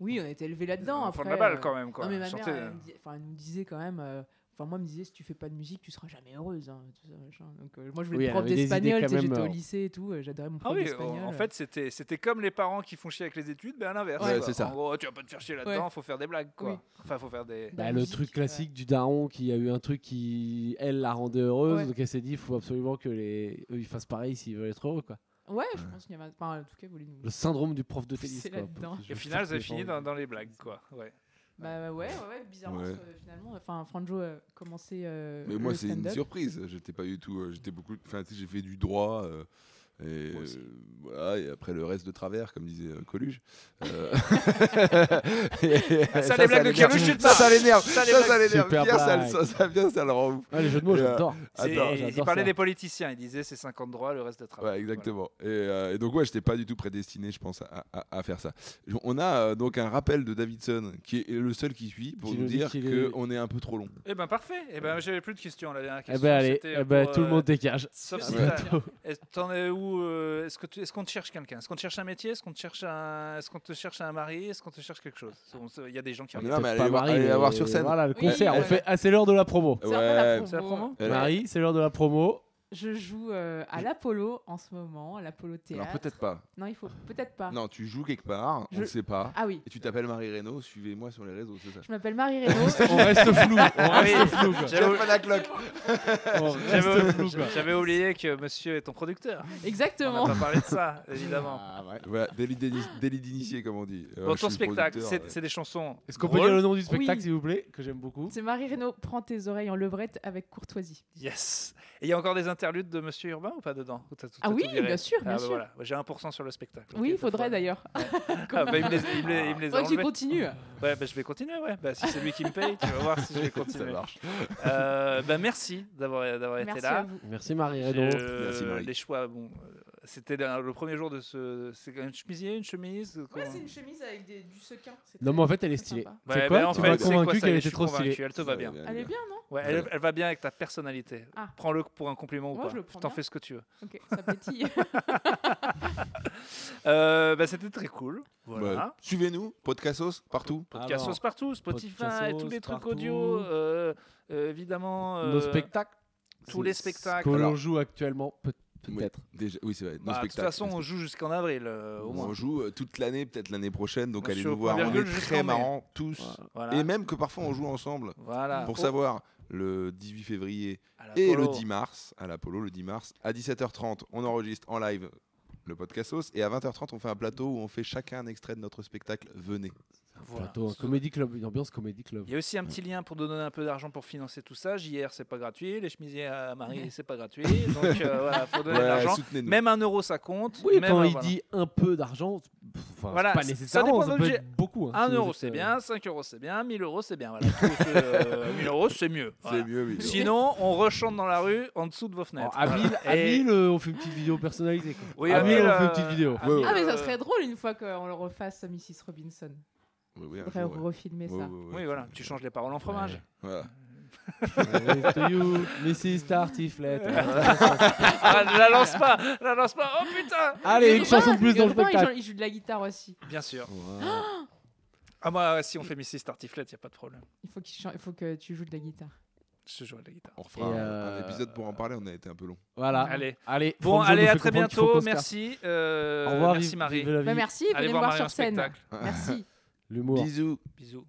Oui, on a été élevés là-dedans.
on
après,
prend la balle
euh,
quand même. Quoi.
Non, mais ma mère,
Chanter,
elle,
euh,
me dis- enfin, elle nous disait quand même. euh, Enfin, moi, elle me disait, si tu fais pas de musique, tu seras jamais heureuse. hein, tout ça, machin. Donc, euh, moi, je voulais
Oui,
être
elle
prof
avait des idées
d'espagnol.
quand
tu sais,
même,
J'étais au
euh,
lycée et tout. euh, J'adorais mon
Ah
prof
oui,
d'espagnol.
en en
euh.
fait, c'était c'était comme les parents qui font chier avec les études, mais à l'inverse.
Ouais,
quoi.
c'est ça.
En gros, tu vas pas te faire chier là-dedans, faut faire des blagues, quoi.
Oui.
Enfin, faut faire des.
[laughs]
Dans
Bah,
la
le
musique,
truc
ouais.
classique du daron qui a eu un truc qui, elle, la rendait heureuse.
Ouais.
Donc elle s'est dit, il faut absolument que les eux, ils fassent pareil s'ils veulent être heureux. Quoi.
Ouais, je pense qu'il y avait. Enfin, en tout cas, vous voulez nous.
euh. Le syndrome du prof de
Pousser
tennis. Quoi.
là-dedans.
Je
Et au
vais
final,
faire
ça finit
des
dans,
gens.
dans les blagues, quoi. Ouais.
Bah, ouais, ouais, ouais, bizarrement,
Ouais.
parce que, finalement. euh, Enfin, Franjo a commencé. euh,
Mais moi,
le
c'est une
stand-up.
surprise. J'étais pas du tout. euh, J'étais beaucoup. Enfin, tu sais, j'ai fait du droit. euh, et,
Moi aussi.
euh, voilà, et après le reste de travers, comme disait euh, Coluche. Euh,
[laughs]
et-
Ah,
Ah, ça, les blagues de
l'énerve.
Coluche, c'est
ça, ça
ça.
l'énerve.
Ça,
Ça,
les
ça
blagues.
l'énerve.
Super
Bien, ça,
blague.
ça, ça, bien, ça le rend ouf.
Ah, les jeux de mots,
Et, euh,
j'adore.
C'est-
Attends,
il
j'adore
parlait
ça.
des politiciens, il disait c'est 50 droits, le reste de travail.
Ouais, exactement. Et, euh, et donc, ouais, j'étais pas du tout prédestiné, je pense, à, à- à faire ça. Je- On a euh, donc un rappel de Davidson, qui est le seul qui suit, pour
Qui
nous
nous dit
dire
qu'il est-
qu'on est un peu trop long.
Et ben parfait. Et ben j'avais plus de questions. La dernière
Eh
question.
ben allez,
c'était,
eh ben,
pour,
tout le
euh,
monde Eh ben, dégage.
Sauf
Ah
si
bah.
t'as- est-ce- t'en es où euh, Est-ce que tu- est-ce qu'on te cherche quelqu'un Est-ce qu'on te cherche un métier Est-ce qu'on te cherche un Est-ce qu'on te cherche un mari Est-ce qu'on te cherche quelque chose On se- Il y a des gens qui
Mais
regardent.
non, mais
Peut-être
allez
pas
voir-
Marie,
allez la
mais
voir sur scène.
Voilà, le
Oui,
concert. On
voilà.
fait. Ah, c'est l'heure de la promo.
C'est un peu la
Ouais.
C'est la promo
Elle-
Marie, c'est l'heure de la promo.
Je joue euh, à l'Apollo en ce moment, à l'Apollo Théâtre.
Alors, peut-être pas.
Non, il faut peut-être
Ah.
pas.
Non, tu joues quelque part, on
Je-
sait pas.
Ah oui,
Et tu t'appelles Marie Reynaud, suivez-moi sur les réseaux, c'est ça.
je
[laughs]
m'appelle Marie Reynaud.
On [laughs] reste flou. On
Ah oui.
reste flou. quoi.
J'avais-
la cloque
On
[laughs] J'avais-
reste flou. quoi.
J'avais oublié que monsieur est ton producteur. On
Exactement.
n'a pas parlé de
[laughs]
ça, évidemment.
Ah,
Voilà, délit d'éni- délit d'initié, comme on dit. Euh,
Bon,
je
Ah, ton
suis
spectacle,
producteur,
c'est
ouais.
c'est des chansons.
Est-ce qu'on peut
drôles.
dire le nom du spectacle,
Oui.
s'il vous plaît Que j'aime beaucoup.
C'est Marie Reynaud, prends tes oreilles en levrette avec courtoisie.
Yes. Et il y a encore des interludes de Monsieur Urbain ou pas dedans Ou t'as tout-
Ah
t'as
oui,
tout viré
bien sûr,
Ah
bien
bah
sûr.
voilà. J'ai 1% sur le spectacle.
oui,
Ok,
il faudrait
faut-
d'ailleurs.
Ah,
[laughs]
bah, il me les, il me les- il me les a
Faudrait que tu
enlevés.
continues.
Ouais, bah, je vais continuer, ouais. Bah, si c'est lui qui me paye, tu vas voir si je
[laughs]
vais
Ça
continuer.
marche.
Euh, bah, merci d'avoir d'avoir été
Merci
là.
à vous.
Merci Marie Reynaud.
Euh,
Merci, Marie.
les choix, bon, euh, C'était la- le premier jour de ce. C'est un chemisier, une chemise
Ouais,
comment bah,
c'est une chemise avec des- du sequin. c'est
Non,
très-
mais en fait, elle est
très
stylée.
sympa.
C'est quoi
en
Tu
fait,
m'as
c'est quoi,
convaincu
ça y
qu'elle
est,
était
je suis
trop
convaincu,
stylée.
Elle te va bien.
Elle est bien, non
Ouais, elle, elle va bien avec ta personnalité.
Ah.
Prends-le pour un compliment
Ouais,
ou pas.
je le prends
T'en
bien.
fais ce que tu veux.
Ok, ça [laughs] pétille.
Euh, bah, C'était très cool. Voilà.
Bah, Suivez-nous, Podcastos, partout.
Podcast
Alors,
sauce partout, Spotify,
Podcast
tous les trucs
partout.
audio, euh, euh, évidemment. euh,
Nos spectacles.
tous les
C'est ce
spectacles.
Que l'on
Alors-
joue actuellement, peut- peut-être.
Déjà, oui, c'est vrai. Nos
bah, de toute
spectacles.
façon, on joue jusqu'en avril, euh, au
On
moins.
joue euh, toute l'année, peut-être l'année prochaine. Donc
On
allez
joue au
nous voir.
point
On est
virgule jusqu'en
très
mai.
marrants tous.
Voilà.
Et même que parfois on joue ensemble.
Voilà.
Pour
Bah. Oh,
savoir, le 18 février
à la
et
polo.
le 10 mars, à l'Apollo, le 10 mars, à 17h30, on enregistre en live le podcastos. Et à 20h30, on fait un plateau où on fait chacun un extrait de notre spectacle. Venez.
Voilà.
Plateau, un comédie club, une ambiance comédie club.
Il y a aussi un petit lien pour donner un peu d'argent pour financer tout ça. JR, c'est pas gratuit. Les chemisiers à Marie, c'est pas gratuit. Donc
[laughs]
euh, voilà, faut donner de
Ouais,
l'argent.
soutenez-nous.
Même un euro, ça compte.
Oui,
Même
quand
un-
il
voilà.
dit un peu d'argent, pff, enfin,
Voilà,
c'est pas
ça- ça
nécessairement,
dépend
ça,
de
peut
l'objet.
être beaucoup. hein,
1
si vous
euro,
êtes,
c'est
euh,
bien. 5 euros, c'est bien. 1000 euros, c'est bien. Voilà. Tout, euh, 1000 euros, c'est mieux.
C'est
Voilà.
mieux, oui.
Sinon, on rechante dans la rue en dessous de vos
Bon,
fenêtres.
à
Voilà.
1000,
[laughs]
à
Et-
1000, euh, on fait une petite vidéo
[laughs]
personnalisée. quoi.
Oui,
à
à
1000,
1000,
on fait une
euh,
petite vidéo.
à 1000,
Ah, mais ça
euh,
serait drôle une fois qu'on le refasse, Mrs. Robinson.
Oui, oui,
Il
un
faudrait
jour, ouais.
refilmer
Ouais,
ça.
ouais, ouais.
Oui, voilà, tu changes les paroles en fromage.
Voilà.
Avec to Euh, you, Mrs.
[laughs]
Tartiflette.
Ah, la lance pas, la lance pas. Oh putain
[laughs] Allez, une
Urbain,
chanson de plus dans le
Urbain, il
spectacle.
joue- Il joue de la guitare aussi.
Bien sûr.
Voilà.
Ah, moi, si on fait Mrs. Tartiflette, y a pas de problème.
Il faut, qu'il chan- il faut que tu joues de la guitare.
Je te joue à la guitare.
On refera
Et,
un,
euh,
un épisode pour en parler, on a été un peu long.
Voilà.
Allez.
Allez,
Bon,
Franjo
allez,
nous
à
fait
très
comprendre qu'il faut
bientôt.
qu'on se casse.
Merci. euh,
Au revoir,
merci
vive-
Marie.
vive la vie.
Bah, merci,
Allez
venez me
voir
voir
Marie en
sur scène.
[laughs] spectacle.
L'humour.
Merci.
Bisous.
Bisous.